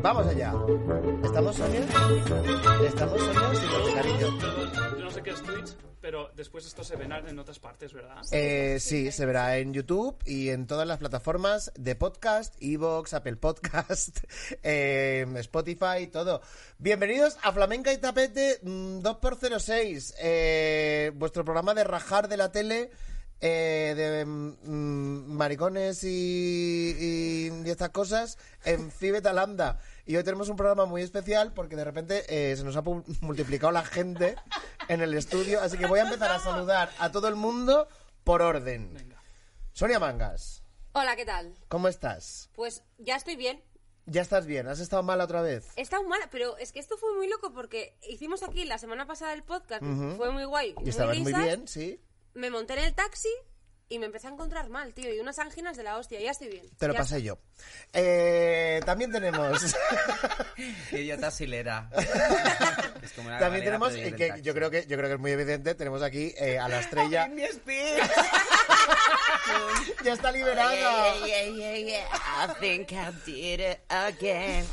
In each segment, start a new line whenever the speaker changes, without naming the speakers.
Vamos allá. ¿Estamos soños? ¿Estamos soños? Sí, cariño.
Yo no sé qué es Twitch, pero después esto se verá en otras partes, ¿verdad?
Eh, sí, se verá en YouTube y en todas las plataformas de podcast, Evox, Apple Podcast, eh, Spotify, todo. Bienvenidos a Flamenca y Tapete mm, 2x06, eh, vuestro programa de rajar de la tele. eh, de mm, maricones y, y- y estas cosas en Fibetalanda. Y hoy tenemos un programa muy especial porque de repente eh, se nos ha pu- multiplicado la gente en el estudio. Así que voy a empezar a saludar a todo el mundo por orden. Sonia Mangas,
Hola, ¿qué tal?
¿cómo estás?
Pues ya estoy bien.
¿Ya estás bien? ¿Has estado mal otra vez?
He estado mala, pero es que esto fue muy loco porque hicimos aquí la semana pasada el podcast, fue muy guay.
Y estabas muy
risas.
bien, sí.
Me monté en el taxi y me empecé a encontrar mal, tío, y unas anginas de la hostia, ya estoy bien.
Te lo
Ya
pasé yo. Eh, también tenemos.
Qué idiota silera. Es como una
También
manera
tenemos,
de
eh,
pedir el
que
taxi.
yo creo que yo creo que es muy evidente, tenemos aquí eh, a la estrella.
Britney Spears.
ya está liberada.
I think I did it again.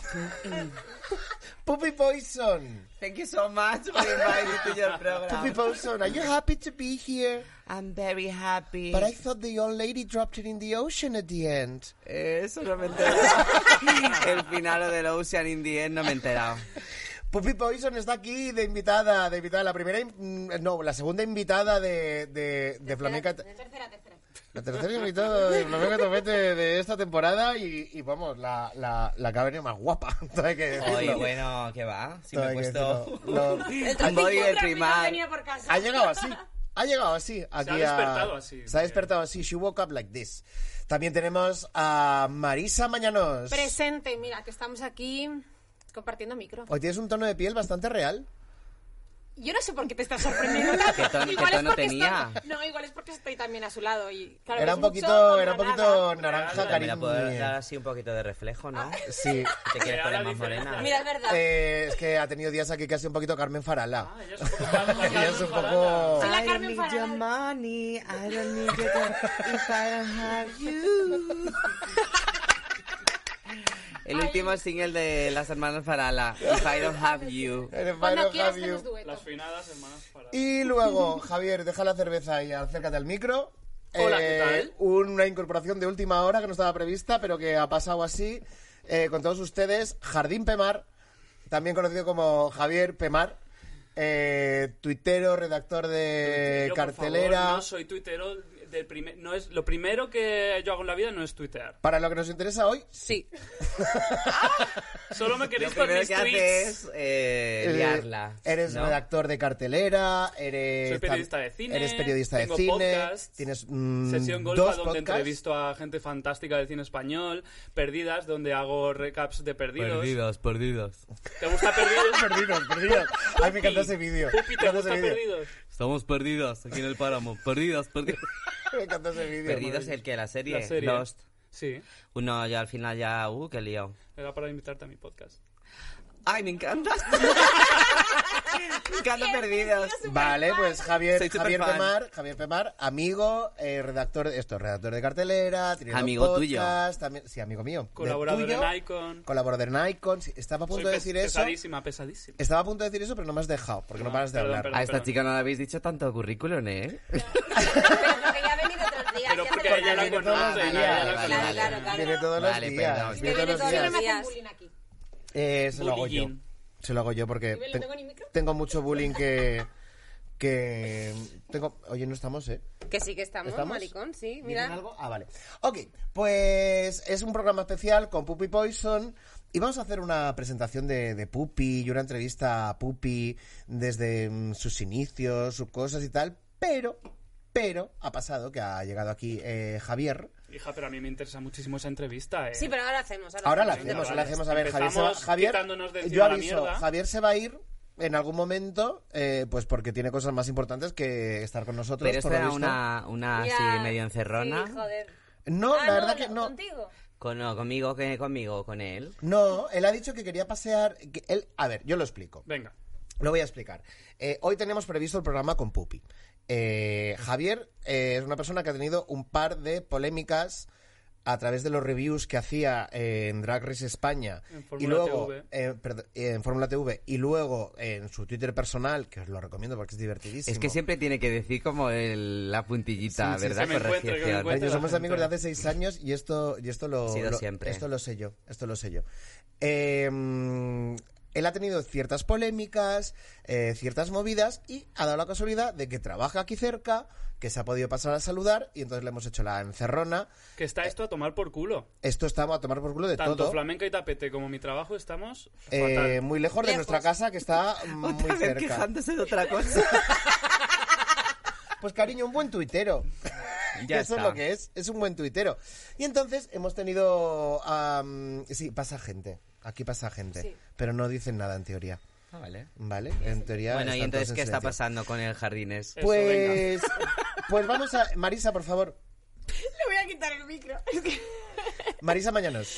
Puppy Poison.
Thank you so much for inviting me to your program.
Puppy Poison, are you happy to be here?
I'm very happy.
But I thought the old lady dropped it in the ocean at the end.
Eso no me he enterado. El final del Ocean in the End no me he enterado.
Puppy Poison está aquí de invitada, de invitada, la primera, in- no, la segunda invitada de, de, de Flamenca.
está. Tercera, tercera.
La tercera invitada de Flamenca Tomete de esta temporada y, y vamos, la, la, la que ha venido más guapa, todo hay que decirlo.
Oye, bueno, ¿qué va? Si
Todo
me
hay
he
que
puesto
decirlo. Lo-
un body de primar.
venía por casa.
Ha llegado así. Ha llegado así. Aquí
ha
a-
despertado así.
Se ha despertado así. She woke up like this. También tenemos a Marisa Mañanos.
Presente, mira, que estamos aquí compartiendo micro.
Hoy tienes un tono de piel bastante real.
Yo no sé por qué te estás sorprendiendo
¿Qué
tanto.
tono- qué
Igual es
tono
porque
tenía?
estoy- No, igual es porque estoy también a su lado y claro,
era
es
un
mucho
poquito,
contra
era un
nada.
poquito naranja,
Me la
cariño.
puedo dar así un poquito de reflejo, ¿no?
Sí.
Te quieres
Será
poner
la
más
diferencia.
morena.
Mira, es verdad.
Eh, es que ha tenido días aquí casi un poquito Carmen Farala.
Ah, ella es un poco más- más
Ella es un
parada.
poco.
Sí, la
I don't
Carmen
need
Farah.
your money, I don't need your if I don't have you. El último single de las hermanas Farala, If I Don't Have You.
Eres
Cuando
Byron
quieras
Have
hacemos
You.
dueto.
Las finadas hermanas paradas.
Y luego, Javier, deja la cerveza ahí, acércate al micro.
Hola,
Eh,
¿qué tal?
Una incorporación de última hora que no estaba prevista, pero que ha pasado así. Eh, con todos ustedes, Jardín Pemar, también conocido como Javier Pemar, eh, tuitero, redactor de Eh,
Yo, por
cartelera.
favor, no soy tuitero del primer... No es... Lo primero que yo hago en la vida no es tuitear.
Para lo que nos interesa hoy,
Sí.
Solo me
Lo
queréis por
primero
mis
que hace
tweets.
es eh,
eh,
liarla.
eres
¿no?
redactor de cartelera, eres
Soy periodista de cine,
eres periodista de
tengo
cine,
podcasts,
tienes mm,
Sesión Golfa,
dos
donde
podcasts.
entrevisto a gente fantástica del cine español. Perdidas, donde hago recaps de perdidos.
perdidos.
¿Te gusta Perdidos?
Perdidos, perdidos. Ay, me encanta ese vídeo.
Pupi,
Me
¿te
encanta
gusta
ese vídeo.
Perdidos?
Estamos perdidos aquí en el páramo. Perdidos, perdidos.
Me encanta ese vídeo.
Perdidos
madre.
el que la serie,
La serie.
Lost.
Sí,
Uno ya al final ya, uh, qué lío.
era para invitarte a mi podcast.
Ay, me encanta. me encanta perdidos.
Vale, pues Javier,
Soy súper
Javier
fan.
Pemar, Javier Pemar, amigo, eh, redactor, esto, redactor de cartelera, tiene dos
Amigo
podcasts,
tuyo.
también, sí, amigo mío, De
Colaborador
tuyo,
en Icon.
colaborador en Icon, sí, estaba a punto
Soy
de
pes-
decir eso,
Pesadísima, pesadísima.
estaba a punto de decir eso, pero no me has dejado, porque no,
Ah,
paras de
perdón,
hablar.
perdón.
A esta chica no le habéis dicho tanto currículum, ¿eh?
Pero porque ya ha venido otros días.
Pero
ya
porque
se lo
ella la
sabe.
Viene todos los
conoce,
días,
ella la
vale,
conoce.
vale.
Claro, claro.
viene todos los
Vale, perdón.
días,
Viene
viene todos los
Siempre me
días.
hacen bullying aquí.
Eh, se lo hago yo,
Bullying.
se lo hago yo porque
Yo no
ten-
tengo ni micro.
tengo mucho bullying que, que tengo, oye, no estamos, eh.
Que sí que estamos,
¿Estamos?
maricón, sí,
¿Dicen
mira.
algo? Ah, vale. Ok, pues es un programa especial con Puppy Poison. Y vamos a hacer una presentación de, de Puppy y una entrevista a Puppy desde mm, sus inicios, sus cosas y tal. Pero, pero, ha pasado que ha llegado aquí eh, Javier.
Hija, pero a mí me interesa muchísimo esa entrevista, ¿eh?
Sí, pero ahora hacemos.
Ahora la
la
hacemos,
vale.
ahora la hacemos. A ver, Javier, se va-
Empezamos
Javier,
quitándonos de
yo
encima la
aviso,
mierda.
Javier se va a ir en algún momento, eh, pues porque tiene cosas más importantes que estar con nosotros.
Pero
por
esta
lo visto.
era una, una
Ya,
así medio encerrona.
Sí, joder.
No,
Ah,
la verdad que
la-
no.
Contigo.
Con, no, conmigo, que- conmigo, con él.
No, él ha dicho que quería pasear. que él, a ver, yo lo explico.
Venga.
Lo voy a explicar. Eh, hoy tenemos previsto el programa con Pupi. Eh, Javier eh, es una persona que ha tenido un par de polémicas a través de los reviews que hacía eh, en Drag Race España
En
y
Fórmula
luego
TV.
eh, perdón, eh, en Fórmula TV y luego en su Twitter personal que os lo recomiendo porque es divertidísimo.
Es que siempre tiene que decir como el- la puntillita,
Sí, sí,
¿verdad?
que me encuentro, que me
Corrección.
Ay, yo
encuentro.
somos
la gente.
amigos de hace seis años y esto, y esto lo,
Sido
lo-
siempre.
esto lo sé yo, esto lo sé yo. Eh, mm, él ha tenido ciertas polémicas, eh, ciertas movidas y ha dado la casualidad de que trabaja aquí cerca, que se ha podido pasar a saludar y entonces le hemos hecho la encerrona.
Que está esto a tomar por culo.
Esto estamos a tomar por culo Eh, de
Tanto
todo.
flamenca y tapete como mi trabajo estamos
eh,
fatal.
muy lejos, de
Lejos.
nuestra casa que está mm, muy
Otra vez
cerca.
quejándose de otra cosa.
Pues cariño, un buen tuitero.
Ya
Eso es
está.
lo que es, es un buen tuitero. Y entonces hemos tenido... am, sí, pasa gente, aquí pasa gente,
Sí.
pero no dicen nada en teoría,
Ah, vale.
¿vale? En teoría...
Bueno, y
están todos
entonces,
en
¿qué está
silencio.
pasando con el
Eh,
jardines?
Eso,
Pues, pues vamos a... Marisa, por favor.
Le voy a quitar el micro. Es que-
Marisa Mañanos.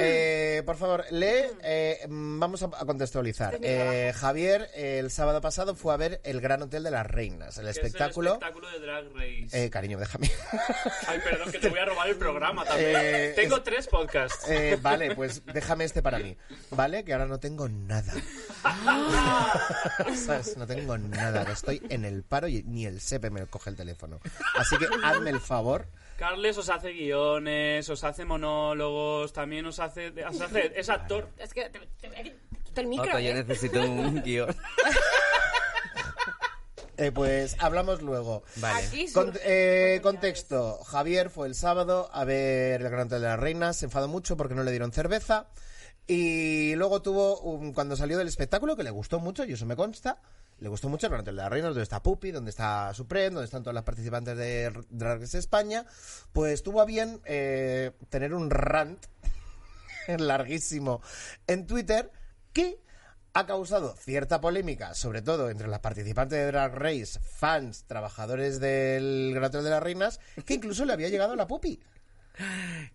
Eh, por favor, lee. eh, mm, vamos a, a contextualizar.
Este es mi
Eh, Javier eh, el sábado pasado fue a ver el Gran Hotel de las Reinas, el
Que es el
espectáculo.
espectáculo de Drag Race.
Eh, cariño, déjame.
Ay, perdón, que te voy a robar el programa también.
Eh,
Tengo tres podcasts.
Eh, vale, pues déjame este para mí. ¿Vale? Que ahora no tengo nada. ¿Sabes? No tengo nada. que Estoy en el paro y ni el SEPE me coge el teléfono. Así que hazme el favor.
Carles os hace guiones, os hace monólogos, también os hace... os hace- es actor.
Es que te, te voy a quitar el micro.
Oco, yo
¿eh?
necesito un guión.
Eh, pues hablamos luego.
Vale.
Aquí
Con-
surge-
eh, contexto. Javier fue el sábado a ver el Gran Hotel de las Reinas. Se enfadó mucho porque no le dieron cerveza. Y luego tuvo, un- cuando salió del espectáculo, que le gustó mucho, y eso me consta, le gustó mucho el Gran Hotel de las Reinas, donde está Pupi, donde está Supreme, donde están todas las participantes de R- Drag Race España. Pues tuvo a bien eh, tener un rant larguísimo en Twitter que ha causado cierta polémica, sobre todo entre las participantes de Drag Race, fans, trabajadores del Gran Hotel de las Reinas, que incluso le había llegado la pupi.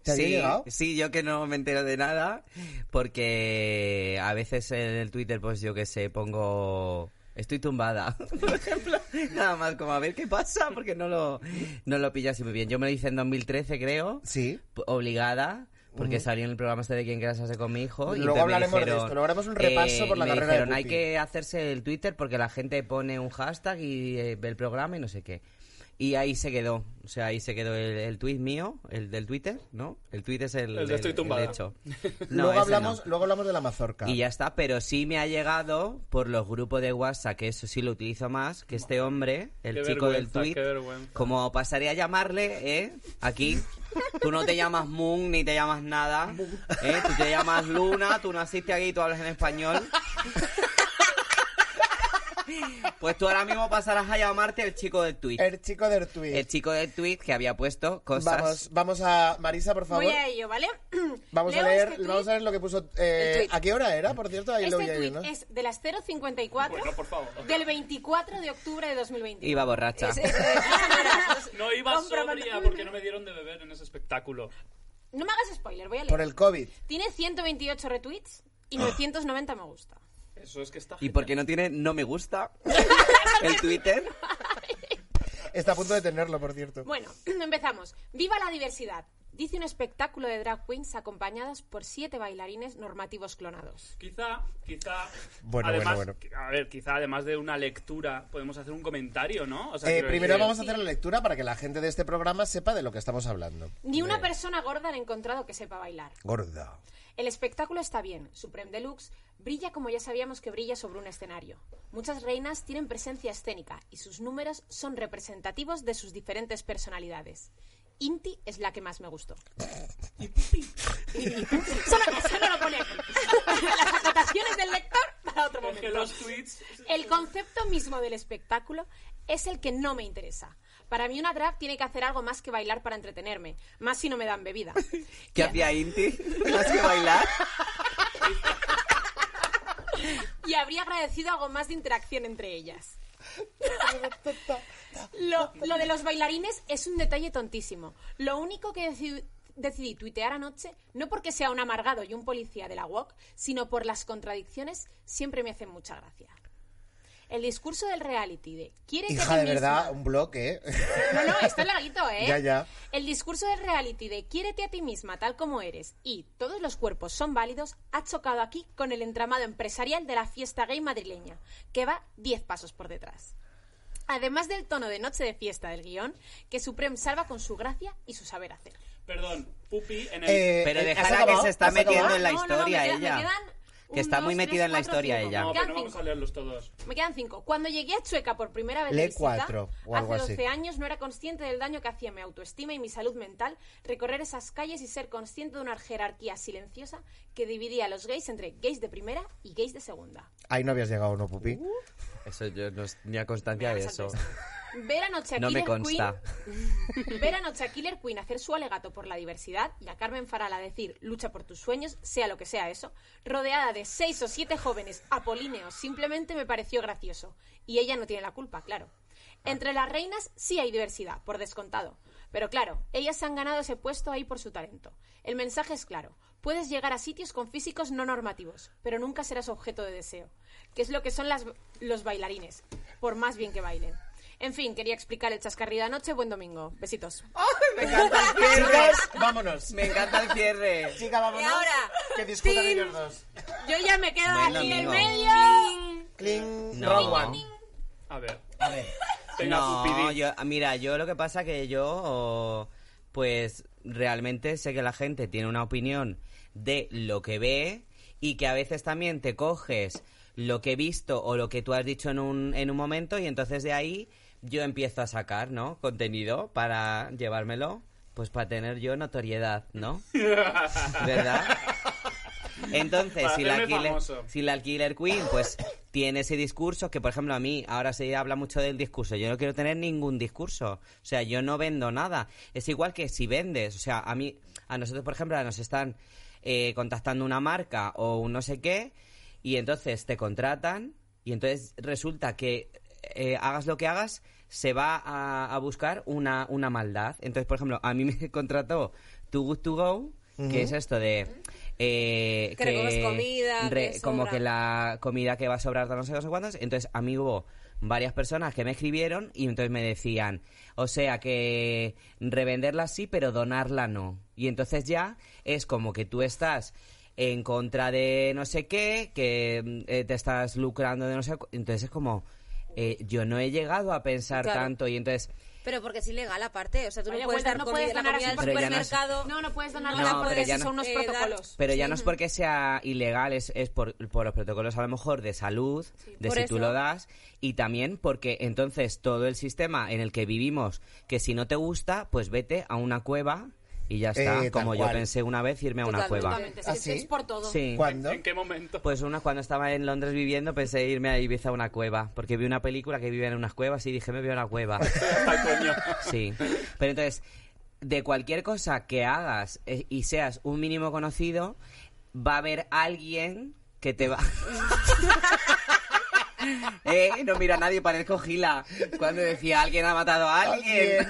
¿Te había
sí,
llegado?
sí, yo que no me entero de nada, porque a veces en el Twitter, pues yo que sé, pongo... Estoy tumbada, por ejemplo. Nada más como a ver qué pasa, porque no lo, no lo pillo así muy bien. Yo me lo hice en 2013, creo,
Sí.
p- obligada, porque salió en el programa este de quién casarse con mi hijo. y
Luego
entonces me
hablaremos de
dijeron- eh,
esto, luego haremos un repaso por la
me
carrera de
dijeron, hay
Pupi".
que hacerse el Twitter porque la gente pone un hashtag y eh, ve el programa y no sé qué. Y ahí se quedó, o sea, ahí se quedó el, el tweet mío, el del Twitter, ¿no? El tweet es el,
El de estoy tumbada.
hecho.
luego,
ese
hablamos, luego hablamos de la mazorca.
y ya está, pero sí me ha llegado por los grupos de WhatsApp, que eso sí lo utilizo más, que este hombre, el
Qué
chico del
vergüenza,
tweet,
qué vergüenza.
como pasaría a llamarle, ¿eh? Aquí, tú no te llamas Moon ni te llamas nada, ¿eh? Tú te llamas Luna, tú naciste aquí, tú hablas en español. Pues tú ahora mismo pasarás a llamarte el chico del tweet.
El chico del tweet.
El chico del tweet que había puesto cosas.
Vamos, vamos a Marisa, por favor.
Voy a ello, ¿vale?
Vamos a
Leo
leer,
este
vamos a
tuit.
leer lo que puso. eh,
El tuit.
¿A qué hora era, por cierto? Ahí lo
Este
vi ayer,
tuit
¿no?
es de las 0.54
Bueno, por favor.
del 24 de octubre de 2020.
Iba borracha.
No iba
Comprobando-
sobria porque no me dieron de beber en ese espectáculo.
No me hagas spoiler, voy a leer.
Por el COVID.
Tiene 128 retweets y 990 me gusta.
Eso es que está...
Y porque no tiene no me gusta el Twitter.
Está a punto de tenerlo, por cierto.
Bueno, empezamos. ¡Viva la diversidad! Dice un espectáculo de drag queens acompañados por siete bailarines normativos clonados.
Quizá, quizá.
Bueno,
además,
bueno,
A ver, quizá además de una lectura podemos hacer un comentario, ¿no? O sea,
Eh,
quiero
primero
decir-
vamos a hacer la lectura para que la gente de este programa sepa de lo que estamos hablando.
Ni una
Eh,
persona gorda han encontrado que sepa bailar.
Gorda.
El espectáculo está bien. Supreme Deluxe brilla como ya sabíamos que brilla sobre un escenario. Muchas reinas tienen presencia escénica y sus números son representativos de sus diferentes personalidades. Inti es la que más me gustó. solo, solo lo pone aquí. Las acotaciones del lector para otro
Es que
momento.
los tweets.
El concepto mismo del espectáculo es el que no me interesa. Para mí una drag tiene que hacer algo más que bailar para entretenerme, más si no me dan bebida.
¿Qué hacía Inti? Más que bailar.
y habría agradecido algo más de interacción entre ellas. Lo, lo de los bailarines es un detalle tontísimo. Lo único que deci- decidí tuitear anoche, no porque sea un amargado y un policía de la UOC, sino por las contradicciones, siempre me hacen mucha gracia. El discurso del reality de quiere que
Hija,
tú
de verdad,
misma-
un bloque, ¿eh?
no, no, esto es larguito, ¿eh?
Ya, ya.
El discurso del reality de quiérete a ti misma tal como eres y todos los cuerpos son válidos ha chocado aquí con el entramado empresarial de la fiesta gay madrileña, que va 10 pasos por detrás. Además del tono de noche de fiesta del guión, que Supreme salva con su gracia y su saber hacer.
Perdón, Pupi en el...
Eh,
Pero
eh,
dejadla
¿has
que
acabado?
se está
¿Has acabado?
metiendo en la
No, no, no,
historia
me quedan-
ella.
me quedan
Que está
un,
muy
dos,
metida
tres,
en la
cuatro,
historia
cinco.
ella.
No,
Me
pero
quedan
no vamos
cinco.
a leerlos todos.
Me quedan cinco. Cuando llegué a Chueca por primera vez de
Lee
visita,
cuatro, o algo
hace
así.
12 años no era consciente del daño que hacía mi autoestima y mi salud mental recorrer esas calles y ser consciente de una jerarquía silenciosa que dividía a los gays entre gays de primera y gays de segunda.
Ahí no habías llegado, ¿no, Pupi?
Eso yo no tenía constancia
Mira,
de
me
eso.
salté Ver anoche a
No me
Killer
consta.
Queen, ver anoche a Killer Queen hacer su alegato por la diversidad y a Carmen Farala decir lucha por tus sueños, sea lo que sea eso, rodeada de seis o siete jóvenes apolíneos, simplemente me pareció gracioso. Y ella no tiene la culpa, claro. Entre las reinas sí hay diversidad, por descontado. Pero claro, ellas se han ganado ese puesto ahí por su talento. El mensaje es claro. Puedes llegar a sitios con físicos no normativos, pero nunca serás objeto de deseo, que es lo que son las- los bailarines, por más bien que bailen. En fin, quería explicar el chascarrido anoche. Buen domingo. Besitos.
Me encanta el cierre.
Chicas, vámonos.
Me encanta el cierre.
Chica, vámonos.
Y ahora,
Que discutan
tin.
ellos dos.
Yo ya me quedo
Buen
aquí en el
domingo.
medio.
Cling,
No.
round one.
A ver.
A ver.
Venga, Pupi,
No,
di.
yo- ah, mira, yo lo que pasa que yo, pues realmente sé que la gente tiene una opinión de lo que ve y que a veces también te coges lo que he visto o lo que tú has dicho en un, en un momento y entonces de ahí yo empiezo a sacar, ¿no? Contenido para llevármelo, pues para tener yo notoriedad, ¿no? ¿Verdad? Entonces,
Para
si la,
hacerme
killer,
famoso.
si la Killer Queen, pues tiene ese discurso, que por ejemplo a mí ahora se habla mucho del discurso, yo no quiero tener ningún discurso, o sea, yo no vendo nada, es igual que si vendes, o sea, a mí, a nosotros por ejemplo ahora nos están eh, contactando una marca o un no sé qué, y entonces te contratan, y entonces resulta que eh, hagas lo que hagas, se va a, a buscar una, una maldad. Entonces, por ejemplo, a mí me contrató Too Good To Go, que es esto de... eh,
Que recoges comida, que sobra.
como que la comida que va a sobrar no sé, no sé cuántas. Entonces, a mí hubo varias personas que me escribieron y entonces me decían, o sea, que revenderla sí, pero donarla no. Y entonces ya es como que tú estás en contra de no sé qué, que mm, eh, te estás lucrando de no sé... cu- Entonces es como, eh, yo no he llegado a pensar
Claro.
tanto y entonces...
Pero porque es ilegal aparte, o sea, tú
Oye,
no puedes
Wanda,
dar
no
comida,
puedes
la
donar
comida
así
del
porque- Pero ya no es-
supermercado.
No, no puedes donar
No,
nada
pero
porque
ya
esos
no-
son unos
eh, dar-
protocolos.
Pero ya no es porque sea ilegal, es, es por, por los protocolos a lo mejor de salud, de
Por
si tú
eso.
lo das, y también porque entonces todo el sistema en el que vivimos, que si no te gusta, pues vete a una cueva y ya está,
Eh, tal
como yo
cual.
pensé una vez irme a una
Totalmente.
cueva.
Exactamente, sí,
¿Ah,
sí,
sí?
es por todo.
Sí.
¿Cuándo?
¿En qué momento?
Pues una cuando estaba en Londres viviendo pensé irme a Ibiza a una cueva, porque vi una película que vivían en unas cuevas y dije me voy a una cueva.
Hasta el coño.
Sí. Pero entonces, de cualquier cosa que hagas eh, y seas un mínimo conocido, va a haber alguien que te va. eh, no mira a nadie, parezco Gila. Cuando decía alguien ha matado a alguien.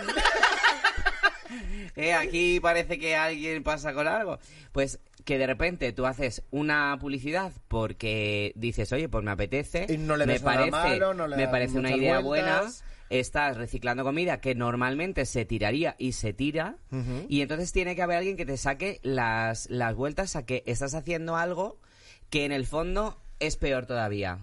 Eh, aquí parece que alguien pasa con algo. Pues que de repente tú haces una publicidad porque dices, oye, pues me apetece,
Y no le
me
ves nada
parece,
malo, no le
me
das
parece una
muchas
idea buena,
vueltas.
estás reciclando comida que normalmente se tiraría y se tira, y entonces tiene que haber alguien que te saque las, las vueltas a que estás haciendo algo que en el fondo es peor todavía.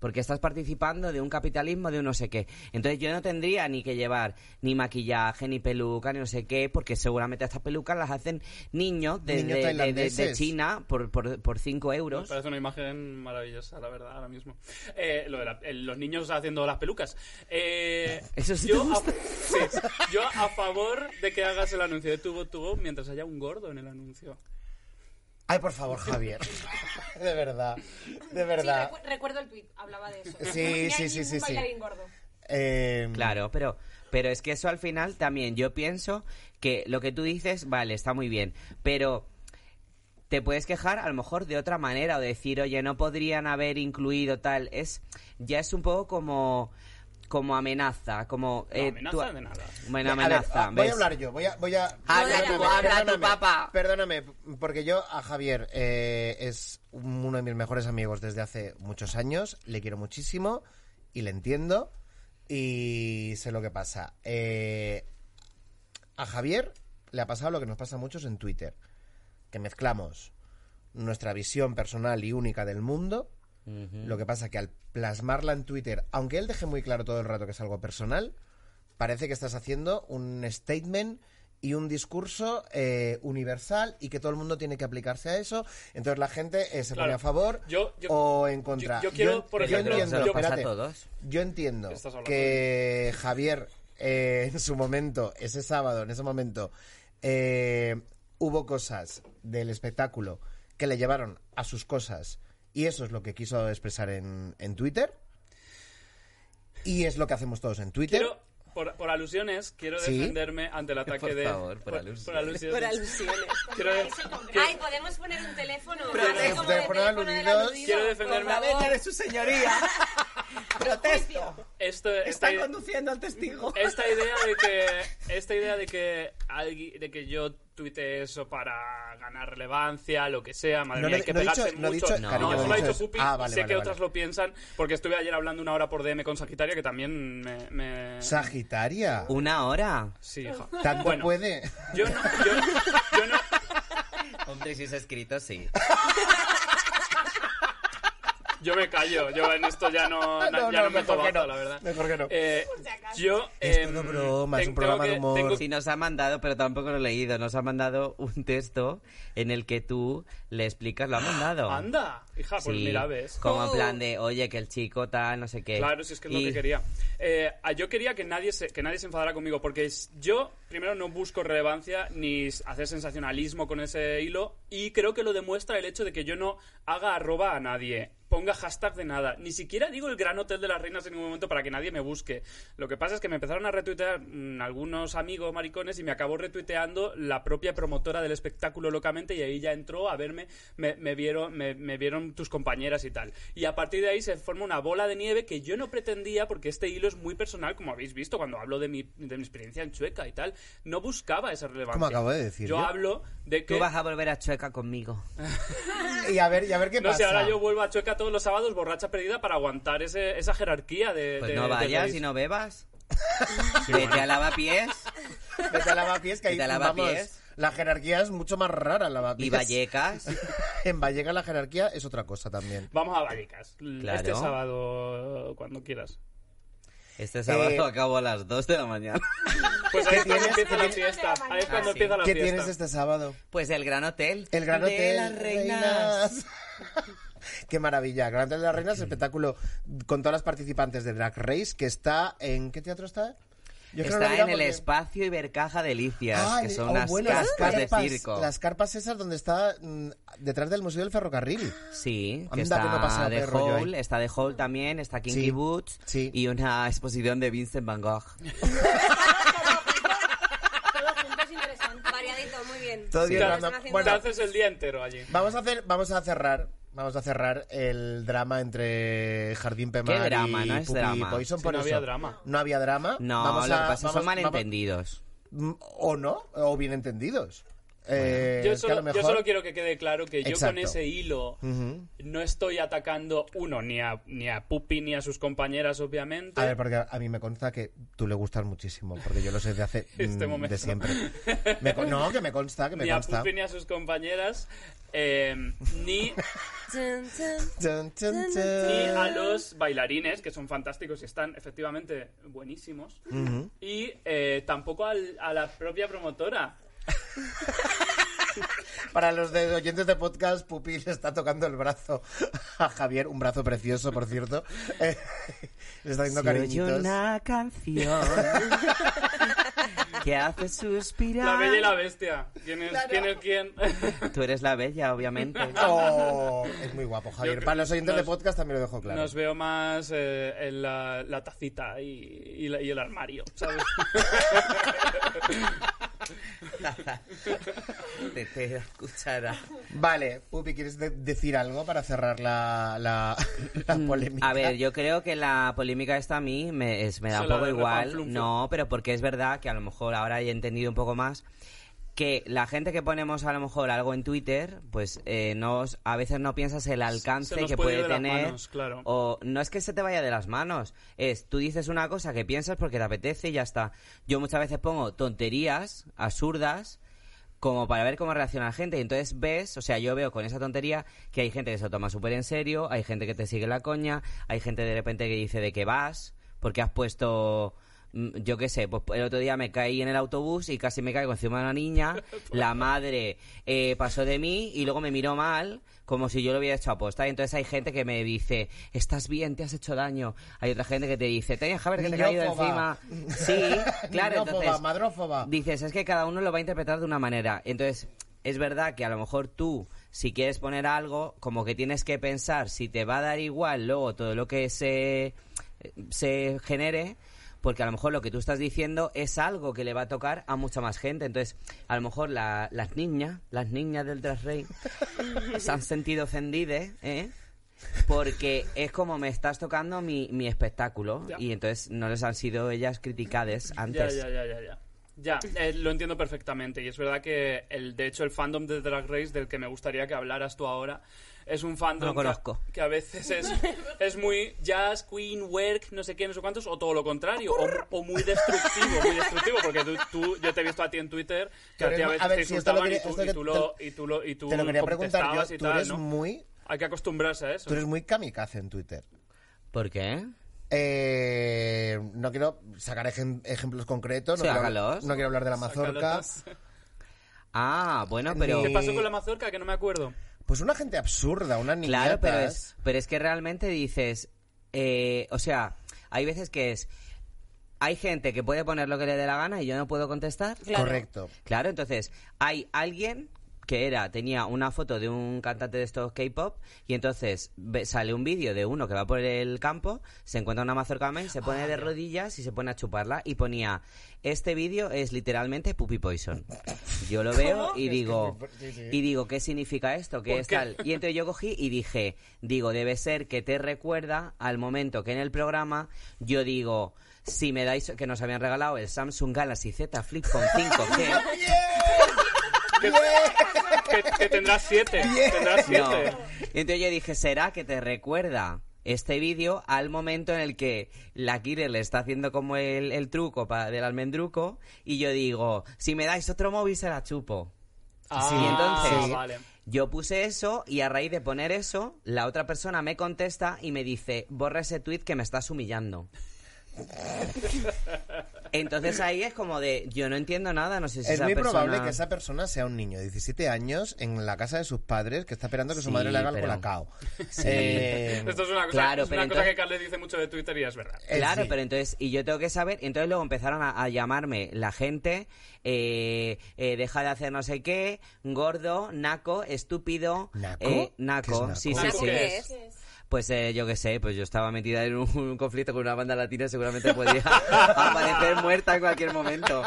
Porque estás participando de un capitalismo de un no sé qué. Entonces yo no tendría ni que llevar ni maquillaje, ni peluca, ni no sé qué, porque seguramente estas pelucas las hacen niños de,
Niños
de- de- de- de
tailandeses.
China por, por, por 5
Me
euros.
parece una imagen maravillosa, la verdad, ahora mismo. Eh, lo de la- eh, los niños haciendo las pelucas. Eh,
Eso sí te
yo, a,
gusta.
sí, yo a favor de que hagas el anuncio de tubo tubo mientras haya un gordo en el anuncio.
Ay, por favor, Javier. De verdad. De
Sí,
verdad.
recu- recuerdo el tuit, hablaba de eso.
Sí,
Ni hay
sí, sí,
ningún
sí, sí.
bailarín gordo.
Eh,
Claro, pero, pero es que eso al final también yo pienso que lo que tú dices, vale, está muy bien, pero te puedes quejar a lo mejor de otra manera o decir, oye, no podrían haber incluido tal, es ya es un poco como como amenaza, como
No,
eh,
amenaza
tú-
de nada.
Bueno,
a ver,
amenaza,
ah, voy a
¿ves?
hablar yo, voy a... Voy a
Habla
perdóname,
tú, habla tú,
perdóname,
papá.
Perdóname, porque yo a Javier eh, es un- uno de mis mejores amigos desde hace muchos años, le quiero muchísimo y le entiendo y sé lo que pasa. Eh, a Javier le ha pasado lo que nos pasa a muchos en Twitter, que mezclamos nuestra visión personal y única del mundo. Lo que pasa que al plasmarla en Twitter, aunque él deje muy claro todo el rato que es algo personal, parece que estás haciendo un statement y un discurso eh, universal y que todo el mundo tiene que aplicarse a eso. Entonces la gente eh, se
Claro.
pone a favor
Yo- yo-
o en contra.
yo- yo quiero, por
Pero
ejemplo,
eso
entiendo,
nos pasa a
espérate.
todos.
Yo entiendo
¿Qué estás hablando?
que Javier, eh, en su momento, ese sábado, en ese momento, eh, hubo cosas del espectáculo que le llevaron a sus cosas y eso es lo que quiso expresar en, en Twitter. Y es lo que hacemos todos en Twitter.
Quiero, por, por alusiones, quiero
Sí.
defenderme ante el ataque
Por
de...
favor, por alusiones.
alusiones.
Por alusiones.
Quiero,
Ay, podemos poner un teléfono.
Pero
así
teléfono
como de
teléfono
teléfono del
aludidos.
aludido,
Quiero
por
defenderme.
favor.
La veta
su señoría. Protesto.
esto, esta-
conduciendo al testigo.
Eh, esta idea de que esta idea de que algui- de que yo tuite eso para ganar relevancia lo que sea madre
No,
mía
no,
hay que
no he dicho-
pegarse
no he
mucho
dicho-
no,
cariño,
eso
no he
lo ha
dicho
dicho
eso.
Pupi
Ah, vale,
sé
vale,
que
vale.
otras lo piensan porque estuve ayer hablando una hora por DM con Sagitaria que también me, me-
Sagitaria.
Una hora.
sí hija
Tanto
Bueno,
puede.
yo no, yo, yo no
Hombre, si es escrito, sí.
yo me callo yo en esto ya no, na-
No,
ya
no,
no, me
mejor
meto
que
baza,
no,
la verdad
mejor que no.
Eh, yo
Es
em,
todo broma, es un
ten-
programa
tengo
de
que-
humor.
tengo-
Si nos ha mandado, pero tampoco lo he leído, nos ha mandado un texto en el que tú le explicas, lo ha mandado.
anda hija pues
Sí,
mira ves Eh,
Como en plan de, oye, que el chico tal, no sé qué.
Claro, si es que es
Y-
lo que quería. Eh, a- yo quería que nadie, se, que nadie se enfadara conmigo, porque es- yo, primero, no busco relevancia ni s- hacer sensacionalismo con ese hilo, y creo que lo demuestra el hecho de que yo no haga arroba a nadie, ponga hashtag de nada. Ni siquiera digo el gran hotel de las reinas en ningún momento para que nadie me busque. Lo que pasa es que me empezaron a retuitear mm, algunos amigos maricones y me acabó retuiteando la propia promotora del espectáculo locamente, y ahí ya entró a verme, me, me vieron, me, me vieron tus compañeras y tal. Y a partir de ahí se forma una bola de nieve que yo no pretendía, porque este hilo es muy personal, como habéis visto cuando hablo de mi, de mi experiencia en Chueca y tal. No buscaba esa relevancia.
Como acabo de decir
Yo,
yo.
hablo de que.
Tú vas a volver a Chueca conmigo.
Eh,
Y a ver, y a ver qué
No
pasa.
sé, ahora yo vuelvo a Chueca todos los sábados borracha perdida para aguantar ese- esa jerarquía de.
Pues
de-
no
de
vayas
país.
y no bebas. Vete a lavapiés
Vete a lavapiés, que ahí,
Vete a lavapiés.
vamos, la jerarquía es mucho más rara en lavapiés.
y Vallecas.
en Vallecas la jerarquía es otra cosa también.
Vamos a Vallecas.
Claro.
Este sábado, cuando quieras.
Este sábado
Eh,
acabo a las 2 de la mañana.
Pues ahí es cuando
tienes?
empieza
¿Qué
la
tienes?
fiesta. Ahí es cuando
Ah, sí.
empieza la
¿Qué
fiesta.
tienes este sábado?
Pues el Gran Hotel.
El Gran
de
Hotel
las reinas.
Qué maravilla. Gran Hotel de las Reinas, espectáculo con todas las participantes de Drag Race, que está en... ¿Qué teatro está? Yo es que no lo
Está
he mirado
en el
porque-
espacio Ibercaja Delicias,
Ah,
que
el-
son
oh,
unas
bueno, las
cascas
carpas-
de circo.
Las carpas esas donde está mm, detrás del Museo del Ferrocarril.
Sí,
Anda,
que está
que no pasa
de
perro yo ahí.
Hall, está de Hall también, está Kinky
Sí,
Boots
sí.
y una exposición de Vincent Van Gogh.
Todo junto es interesante. Variadito, muy bien.
Todo bien,
Lo
Randa.
están haciendo
Te
Bueno, eh,
haces el día entero allí.
Vamos a hacer, vamos a cerrar, vamos a cerrar el drama entre Jardín Pemar
Qué drama,
y
no es
Pupi
drama.
Poison.
Sí,
por
no
eso.
había drama.
No había drama.
No,
Vamos
lo
a-
que pasa
vamos- vamos-
son malentendidos.
Mm, o no, o bien entendidos. Eh,
Yo
es que a lo
solo, yo
mejor-
solo quiero que quede claro que yo con
Exacto.
ese hilo no estoy atacando uno, ni a, ni a Pupi ni a sus compañeras, obviamente.
A ver, porque a mí me consta que tú le gustas muchísimo, porque yo lo sé de hace
Este
mm,
momento.
de siempre. Me con- no, que me consta, que me
ni a
consta.
Pupi ni a sus compañeras. eh, ni,
Tun, tun.
Chun, chun, chun.
ni a los bailarines, que son fantásticos y están efectivamente buenísimos. Y eh, tampoco al- a la propia promotora.
Para los de- oyentes de podcast, Pupi le está tocando el brazo a Javier, un brazo precioso, por cierto. Eh, le está haciendo
Si oye
cariñitos.
una canción que hace suspirar.
La bella y la bestia. ¿Quién es
Claro.
quién? Es quién?
Tú eres la bella, obviamente.
Oh, es muy guapo,
Yo
Javier.
creo-
Para los oyentes de
nos-
podcast también lo dejo claro.
Nos veo más eh, en la, la tacita y, y la- y el armario, ¿sabes?
te, te escuchará.
Vale, Pupi, ¿quieres de- decir algo para cerrar la, la, la polémica?
A ver, yo creo que la polémica esta a mí me, es- me da
Se
un
la
poco
de
igual.
repanflunflu.
No, pero porque es verdad que a lo mejor ahora he entendido un poco más que la gente que ponemos a lo mejor algo en Twitter, pues eh, no, os- a veces no piensas el alcance
nos
que
puede ir
puede
de las
tener.
manos, claro.
O no es que se te vaya de las manos, es tú dices una cosa que piensas porque te apetece y ya está. Yo muchas veces pongo tonterías absurdas como para ver cómo reacciona la gente. Y entonces ves, o sea, yo veo con esa tontería que hay gente que se lo toma súper en serio, hay gente que te sigue la coña, hay gente de repente que dice de qué vas, porque has puesto, mm, yo qué sé, pues el otro día me caí en el autobús y casi me caigo encima de una niña, la madre eh, pasó de mí y luego me miró mal, como si yo lo hubiera hecho aposta. Y entonces hay gente que me dice, estás bien, te has hecho daño. Hay otra gente que te dice, tenías que haber que te he caído
Niñófoba.
encima. Sí, claro,
Niñófoba,
entonces
madrófoba.
dices, es que cada uno lo va a interpretar de una manera. Entonces, es verdad que a lo mejor tú, si quieres poner algo, como que tienes que pensar si te va a dar igual luego todo lo que se, se genere, porque a lo mejor lo que tú estás diciendo es algo que le va a tocar a mucha más gente. Entonces, a lo mejor la- las niñas, las niñas del Drag Race, se han sentido ofendidas, ¿eh? Porque es como me estás tocando mi, mi espectáculo
Ya.
y entonces no les han sido ellas criticadas
Ya,
antes.
ya, ya, ya, ya. Ya, eh, lo entiendo perfectamente. Y es verdad que, el, de hecho, el fandom de Drag Race, del que me gustaría que hablaras tú ahora, es un fandom
No conozco.
Que, que a veces es, es muy jazz, queen, work, no sé qué, no sé cuántos, o todo lo contrario, o, o muy destructivo, muy destructivo, porque tú, tú- yo te he visto a ti en Twitter que a ti
Pero
a
es-
veces
a ver,
te
si esto lo
insultaban y
quería-
tú-
esto
y
que-
tú lo- y tú lo- y tú
Te lo quería preguntar
contestabas
yo.
y
Tú
tal,
eres
¿no?
muy,
Hay que acostumbrarse a eso.
tú eres muy kamikaze en Twitter.
¿Por qué?
Eh, no quiero sacar ejem- ejemplos concretos. No,
Sí,
quiero,
hágalos.
no quiero hablar de la mazorca.
Sácalos.
Ah, bueno, pero...
¿Qué pasó con la mazorca? Que no me acuerdo.
Pues una gente absurda, una niña.
Claro, pero es, pero es que realmente dices... eh, o sea, hay veces que es... Hay gente que puede poner lo que le dé la gana y yo no puedo contestar.
Correcto.
Claro, entonces hay alguien que era tenía una foto de un cantante de estos K-pop y entonces ve- sale un vídeo de uno que va por el campo, se encuentra una mazorca y se pone de rodillas y se pone a chuparla y ponía este vídeo es literalmente Puppy Poison. Yo lo veo y digo
sí, sí.
y digo qué significa esto, qué
¿Por
es
qué?
tal y entonces yo cogí y dije, digo, debe ser que te recuerda al momento que en el programa yo digo, si me dais, que nos habían regalado el Samsung Galaxy Z Flip con 5G.
Que, que- que tendrás siete. Tendrás
No.
siete.
Y entonces yo dije, ¿será que te recuerda este vídeo al momento en el que la Kire le está haciendo como el, el truco pa- del almendruco? Y yo digo, si me dais otro móvil se la chupo.
Ah,
y entonces
vale.
yo puse eso y a raíz de poner eso, la otra persona me contesta y me dice, borra ese tweet que me estás humillando. Entonces ahí es como de, yo no entiendo nada, no sé si
Es
esa
muy
persona...
probable que esa persona sea un niño de 17 años en la casa de sus padres que está esperando que su
Sí,
madre le haga el
pero-
colacao.
Sí.
Eh,
Esto es una cosa,
Claro,
es
pero
una cosa
entonces-
que Carles dice mucho de Twitter y es verdad.
Eh,
Claro,
sí.
pero entonces, y yo tengo que saber, entonces luego empezaron a, a llamarme la gente, eh, eh, deja de hacer no sé qué, gordo, naco, estúpido,
¿Naco?
eh,
¿Qué
naco,
es
sí,
naco?
sí,
¿Naco
sí.
qué
es?
Pues eh, yo qué sé, pues yo estaba metida en un, un conflicto con una banda latina, seguramente podía aparecer muerta en cualquier momento.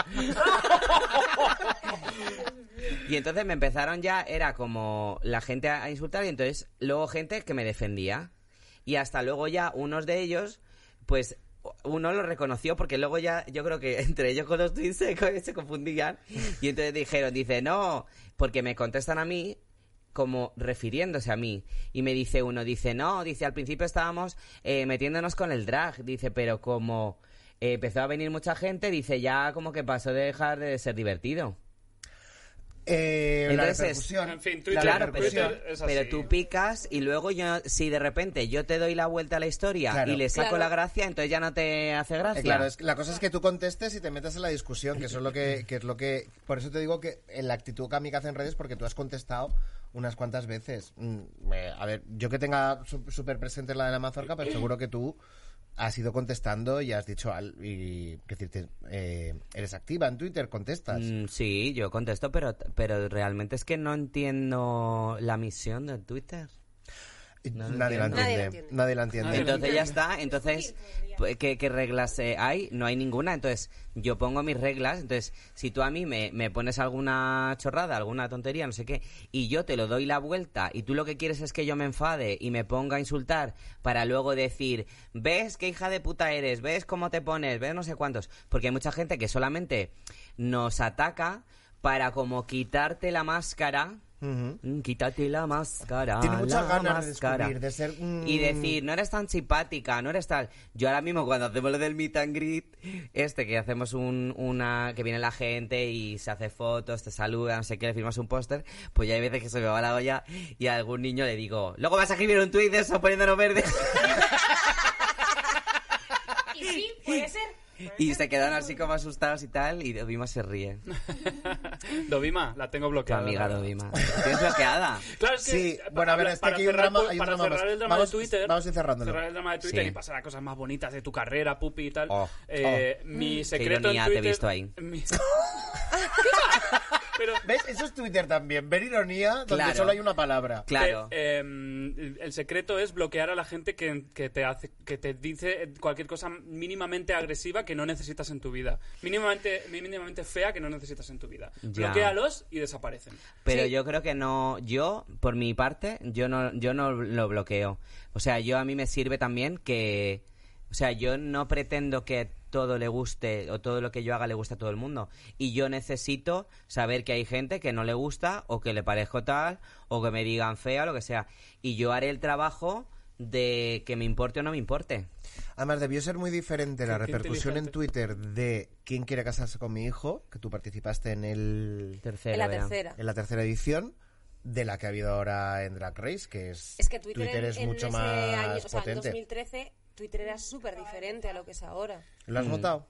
Y entonces me empezaron ya, era como la gente a a insultar y entonces luego gente que me defendía. Y hasta luego ya unos de ellos, pues uno lo reconoció porque luego ya yo creo que entre ellos con los twins se, co- se confundían. Y entonces dijeron, dice, no, porque me contestan a mí como refiriéndose a mí. Y me dice uno, dice, no, dice, al principio estábamos eh, metiéndonos con el drag, dice, pero como eh, empezó a venir mucha gente, dice, ya como que pasó de dejar de ser divertido.
Eh, la
Entonces,
repercusión.
en fin,
la
Twitter-
Claro, pero,
repercusión.
Twitter es así.
pero tú picas y luego yo, si de repente yo te doy la vuelta a la historia
Claro.
y le saco
Claro.
la gracia, entonces ya no te hace gracia.
Eh, claro, es que la cosa es que tú contestes y te metas en la discusión, que eso es lo que, que es lo que, por eso te digo que en la actitud kamikaze en redes, porque tú has contestado unas cuantas veces. Mm, eh, a ver, yo que tenga su- súper presente la de la mazorca, pero seguro que tú has ido contestando y has dicho al y quiero decirte, eh, eres activa en Twitter, contestas.
Mm, sí, yo contesto, pero, pero realmente es que no entiendo la misión de Twitter.
Y
no lo
nadie, la
entiendo.
Nadie la
entiende.
entiende.
Nadie la entiende.
Nadie la
Entonces ya está, entonces, pues, ¿qué, qué reglas eh, hay? No hay ninguna, entonces yo pongo mis reglas, entonces si tú a mí me, me pones alguna chorrada, alguna tontería, no sé qué, y yo te lo doy la vuelta y tú lo que quieres es que yo me enfade y me ponga a insultar para luego decir, ves qué hija de puta eres, ves cómo te pones, ves no sé cuántos, porque hay mucha gente que solamente nos ataca para como quitarte la máscara.
Ujú.
Mm, Quítate la máscara.
Tiene muchas
la
ganas de
máscara.
descubrir, de ser, mm.
Y decir, no eres tan simpática, no eres tal. Yo ahora mismo, cuando hacemos lo del meet and greet, este que hacemos un, una. que viene la gente y se hace fotos, te saluda, no sé qué, le firmas un póster, pues ya hay veces que se me va la olla y a algún niño le digo, luego vas a escribir un tuit de eso poniéndonos verdes.
Y sí, puede ser.
y se quedan así como asustados y tal, y Dovima se ríe.
Dovima, la tengo
Tu
bloqueada.
amiga Dovima. Tienes bloqueada.
Claro, es que,
Sí,
para-
bueno, a ver, es que
para
aquí hay un
cerrar-
drama- hay un
para
drama
cerrar
más.
el drama
Vamos-
de Twitter.
vamos a ir cerrándolo.
Cerrar el drama de Twitter
Sí.
y pasar a cosas más bonitas de tu carrera, Pupi y tal.
Oh.
Eh, Mi secreto en
ironía, te he
Twitter.
visto ahí.
mi- ¿Qué va? Pero
¿Ves? Eso es Twitter también. Ver ironía donde
Claro.
solo hay una palabra.
Claro.
Que, eh, el secreto es bloquear a la gente que, que te hace, que te dice cualquier cosa mínimamente agresiva que no necesitas en tu vida. Mínimamente, mínimamente fea que no necesitas en tu vida.
Ya.
Bloquéalos y desaparecen.
Pero yo creo que no, yo, por mi parte, yo no, yo no lo bloqueo. O sea, yo a mí me sirve también que, o sea, yo no pretendo que todo le guste o todo lo que yo haga le guste a todo el mundo. Y yo necesito saber que hay gente que no le gusta o que le parezco tal o que me digan fea o lo que sea. Y yo haré el trabajo de que me importe o no me importe.
Además, debió ser muy diferente la
Qué- qué
repercusión en
inteligente.
Twitter de ¿Quién quiere casarse con mi hijo? Que tú participaste en, el,
Tercero,
En la
era.
tercera.
en la tercera edición de la que ha habido ahora en Drag Race, que es,
Es que Twitter, en-
es
en
mucho
ese
más
año, o sea, en
potente.
2013 Twitter era súper diferente a lo que es ahora.
¿Lo has
Mm.
notado?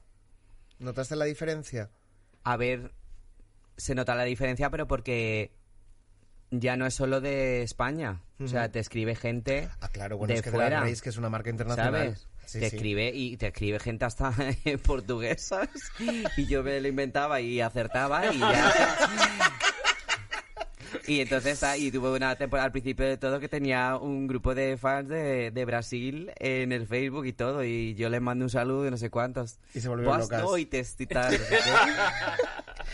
¿Notaste la diferencia?
a ver, se nota la diferencia, pero porque ya no es solo de España. O sea, te escribe gente
Ah, claro, bueno,
de
es que
fuera,
Drag Race, que es una marca internacional.
¿sabes?
Sí,
te
sí.
escribe y te escribe gente hasta en portugués, ¿sabes? Y yo me lo inventaba y acertaba y ya. Y entonces, ah, y tuve una temporada al principio de todo que tenía un grupo de fans de, de Brasil en el Facebook y todo, y yo les mandé un saludo y no sé cuántos.
Y se volvieron
Boas
locas.
noites y tal. no sé qué.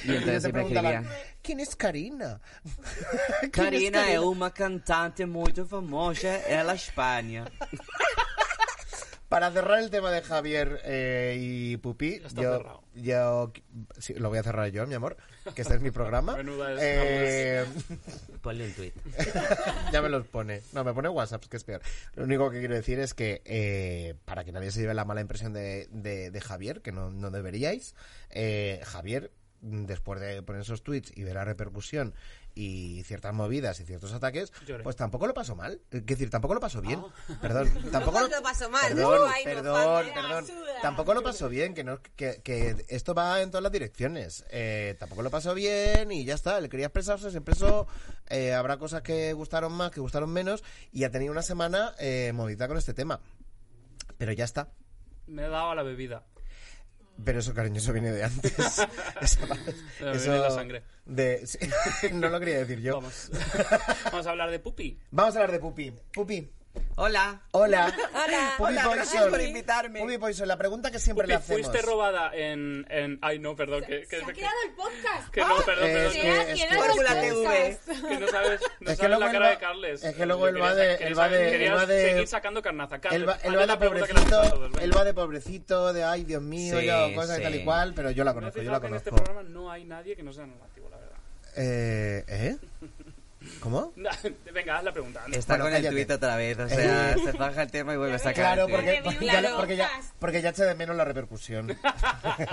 Y
Y
entonces
te
siempre
preguntaban,
escribía.
¿quién es Karina? ¿Quién es
Karina é uma cantante muito famosa, ela é Espanha.
Para cerrar el tema de Javier eh, y Pupi,
está
yo,
cerrado.
yo sí, lo voy a cerrar yo, mi amor, que este es mi programa.
Menuda es-
Eh,
Ponle un tweet.
ya me los pone. No, me pone WhatsApp, que es peor. Lo único que quiero decir es que eh, para que nadie se lleve la mala impresión de, de- de Javier, que no, no deberíais, eh, Javier, mm, después de poner esos tweets y ver la repercusión y ciertas movidas y ciertos ataques,
Lloré. Ah.
pues tampoco lo pasó mal. Es decir, tampoco lo pasó bien. Perdón, tampoco
No lo pasó mal,
Perdón,
no, ay, no,
perdón,
Juan,
perdón.
ayuda.
Tampoco lo pasó bien, que, no, que, que esto va en todas las direcciones. Eh, tampoco lo pasó bien y ya está. Le quería expresarse, se expresó. eh, habrá cosas que gustaron más, que gustaron menos. Y ha tenido una semana eh, movida con este tema. Pero ya está.
Me he dado a la bebida.
Pero eso, cariño, eso viene de antes. Esa-
La bebida y la sangre.
de- sí, no lo quería decir yo.
Vamos. Vamos a hablar de Pupi.
Vamos a hablar de Pupi. Pupi,
Hola.
hola.
Hola.
Pupi
Hola, gracias
Poison.
por invitarme.
Pupi Poison, la pregunta que siempre
Pupi,
le hacemos.
fuiste robada en, en- Ay, no, perdón. Que, que-
Se ha
que-
quedado el podcast.
que no, perdón,
Ah,
Eh,
perdón.
es
Se
que-
ha
es que-
quedado el
Fórmula TV.
podcast.
Que no sabes, no
Es que
sabes
luego
la
él
cara
va-
de Carles.
es que luego él va
Querías-
de- él
querías-
va de- él
querías
va de-
seguir sacando carnaza. Carles,
Él va, él
hazle
va
la
de
pregunta que le haces a
pobrecito,
todos, venga.
él va de pobrecito, de ay, Dios mío,
Sí,
yo, cosas y
sí.
tal y cual, pero yo la
Me he
conozco, yo
fijado
la
que en este
conozco.
programa no hay nadie que no sea normativo, la verdad.
Eh, ¿Eh? ¿Cómo?
Venga, haz la pregunta. anda.
Está
Bueno,
con
cállate.
el tweet otra vez, o sea, se baja el tema y vuelve a sacar
Claro,
el tuit.
porque, porque ya,
Claro.
porque, ya, porque ya eché de menos la repercusión.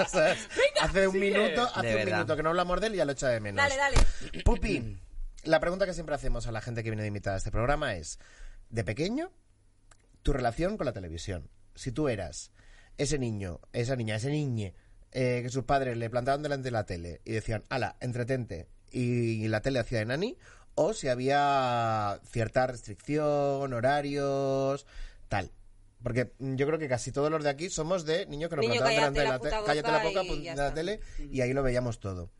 ¿Sabes? hace un
sigue.
minuto,
De
hace un
verdad.
minuto que no hablamos de él y ya lo echa de menos.
Dale, dale.
Pupi, la pregunta que siempre hacemos a la gente que viene de invitada a este programa es, de pequeño, tu relación con la televisión. Si tú eras ese niño, esa niña, ese niñe, eh, que sus padres le plantaban delante de la tele y decían, ala, entretente, y la tele hacía de nani, o si había cierta restricción, horarios, tal. Porque mm, yo creo que casi todos los de aquí somos de niños que nos
Niño,
plantaban delante de la,
cállate la
tele.
puta
Cállate la
boca
boca pon-
y ya
de la
está.
tele y ahí lo veíamos todo.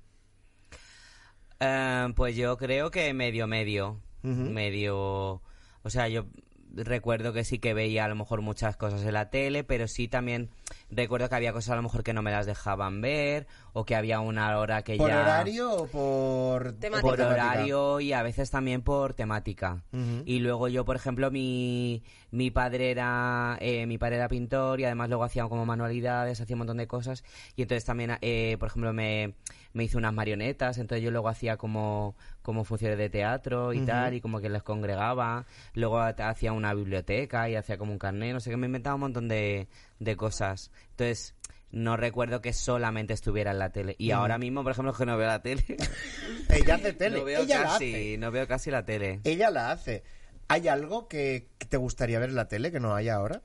Eh, pues yo creo que medio, medio. Medio. O sea, yo recuerdo que sí que veía a lo mejor muchas cosas en la tele, pero sí también recuerdo que había cosas a lo mejor que no me las dejaban ver, o que había una hora que
¿Por
ya.
horario o por
Temática.
o
por
temática?
horario y a veces también por temática. Y luego yo, por ejemplo, mi, mi padre era eh, mi padre era pintor y además luego hacía como manualidades, hacía un montón de cosas y entonces también, eh, por ejemplo, me, me hizo unas marionetas, entonces yo luego hacía como, como funciones de teatro y tal y como que les congregaba, luego ha- hacía una biblioteca y hacía como un carnet, no sé qué, me inventaba un montón de, de cosas. Entonces... No recuerdo que solamente estuviera en la tele. Y ahora mismo, por ejemplo, que no veo la tele.
Ella hace tele.
No veo,
Ella la hace.
casi, no veo casi la tele.
Ella la hace. ¿Hay algo que que te gustaría ver en la tele que no haya ahora?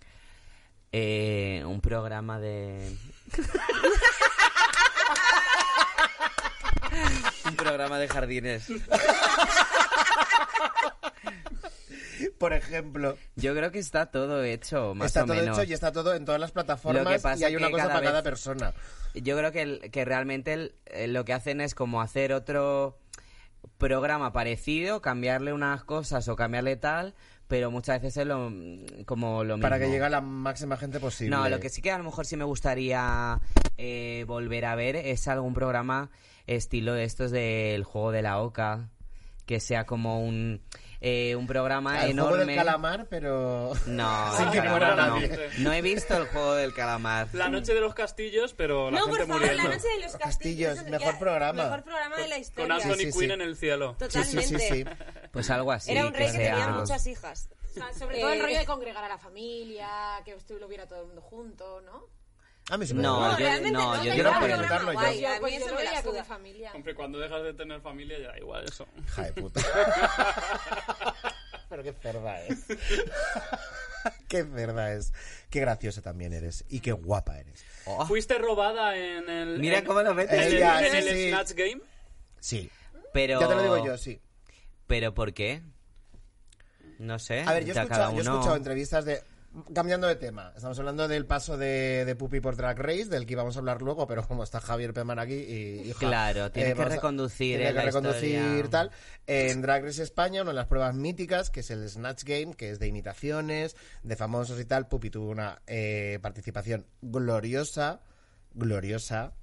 Eh, un programa de... un programa de jardines.
Por ejemplo,
Yo creo que está todo hecho, más
está
o
todo
menos.
hecho y está todo en todas las
Lo que
plataformas
pasa
y hay una
que
cosa
cada
para cada
vez-
persona.
Yo creo que, el- que realmente el- eh, lo que hacen es como hacer otro programa parecido, cambiarle unas cosas o cambiarle tal, pero muchas veces es lo, mm, como lo mismo.
Para que llegue a la máxima gente posible.
No, lo que sí que a lo mejor sí me gustaría eh, volver a ver es algún programa estilo estos del juego de la oca, que sea como un, eh, un programa
Al
enorme.
juego del calamar, pero...
No,
Sin
del
que
calamar
muera
no.
nadie.
No he visto el juego del calamar.
La noche de los castillos, pero la
no,
gente
por favor,
muriendo.
la noche de
Los
los castillos.
castillos,
eso
mejor programa.
Mejor programa de la
Con
historia.
Anthony
Sí, sí,
Quinn
sí.
en el cielo.
Sí, sí,
Totalmente.
sí, sí.
Pues algo así.
Era un rey que tenía
sea-
muchas hijas.
O sea, sobre todo
Eh,
el rollo de congregar a la familia, que esto lo viera todo el mundo junto, ¿no?
A mí se me da
No,
igual.
yo,
realmente
no,
no,
yo
da
digo
igual,
por el-
no, no,
guay.
yo.
a mí
pues
eso
yo lo
me la
vería con
suda.
mi familia.
Hombre, cuando dejas de tener familia ya da igual eso.
Hija de puta. Pero qué cerda es. qué cerda es. Qué graciosa también eres. Y qué guapa eres.
Oh,
Fuiste robada en el...
Mira
en-
cómo lo metes.
En el,
Ella,
en el
sí.
Snatch Game.
Sí.
pero...
Ya te lo digo yo, sí.
¿Pero por qué? No sé.
A ver, yo he
¿Eh? ya cada
escuchado, yo he
uno-
escuchado entrevistas de... Cambiando de tema, estamos hablando del paso de, de Pupi por Drag Race, del que íbamos a hablar luego, pero como está Javier Peman aquí y... hija,
Claro, tiene que
vamos a-
reconducir,
tiene
eh,
que
la
reconducir
historia.
tal. En Drag Race España, una de las pruebas míticas, que es el Snatch Game, que es de imitaciones, de famosos y tal, Pupi tuvo una eh, participación gloriosa, gloriosa.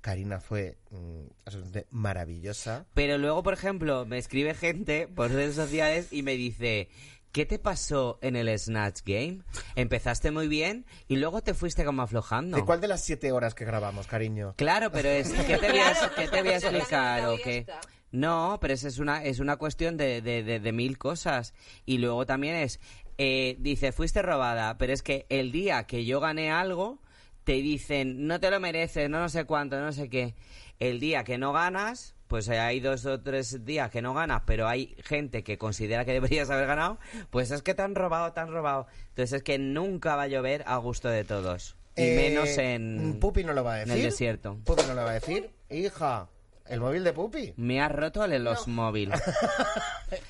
Karina fue mm, absolutamente maravillosa.
Pero luego, por ejemplo, me escribe gente por redes sociales y me dice, ¿qué te pasó en el Snatch Game? Empezaste muy bien y luego te fuiste como aflojando.
¿De cuál de las siete horas que grabamos, cariño?
Claro, pero es ¿qué te voy a,
Claro,
qué te voy a
porque
explicar
solamente
o
había
qué?
esta.
No, pero es, es una es una cuestión de, de- de- de mil cosas y luego también es eh, dice fuiste robada, pero es que el día que yo gané algo te dicen no te lo mereces, no no sé cuánto, no sé qué. El día que no ganas pues hay dos o tres días que no ganas, pero hay gente que considera que deberías haber ganado, pues es que te han robado, te han robado. Entonces es que nunca va a llover a gusto de todos. Y
Eh,
menos en...
Pupi no lo va a
en
decir.
el desierto.
Pupi no lo va a decir. Hija, el móvil de Pupi.
Me has roto el los móvil.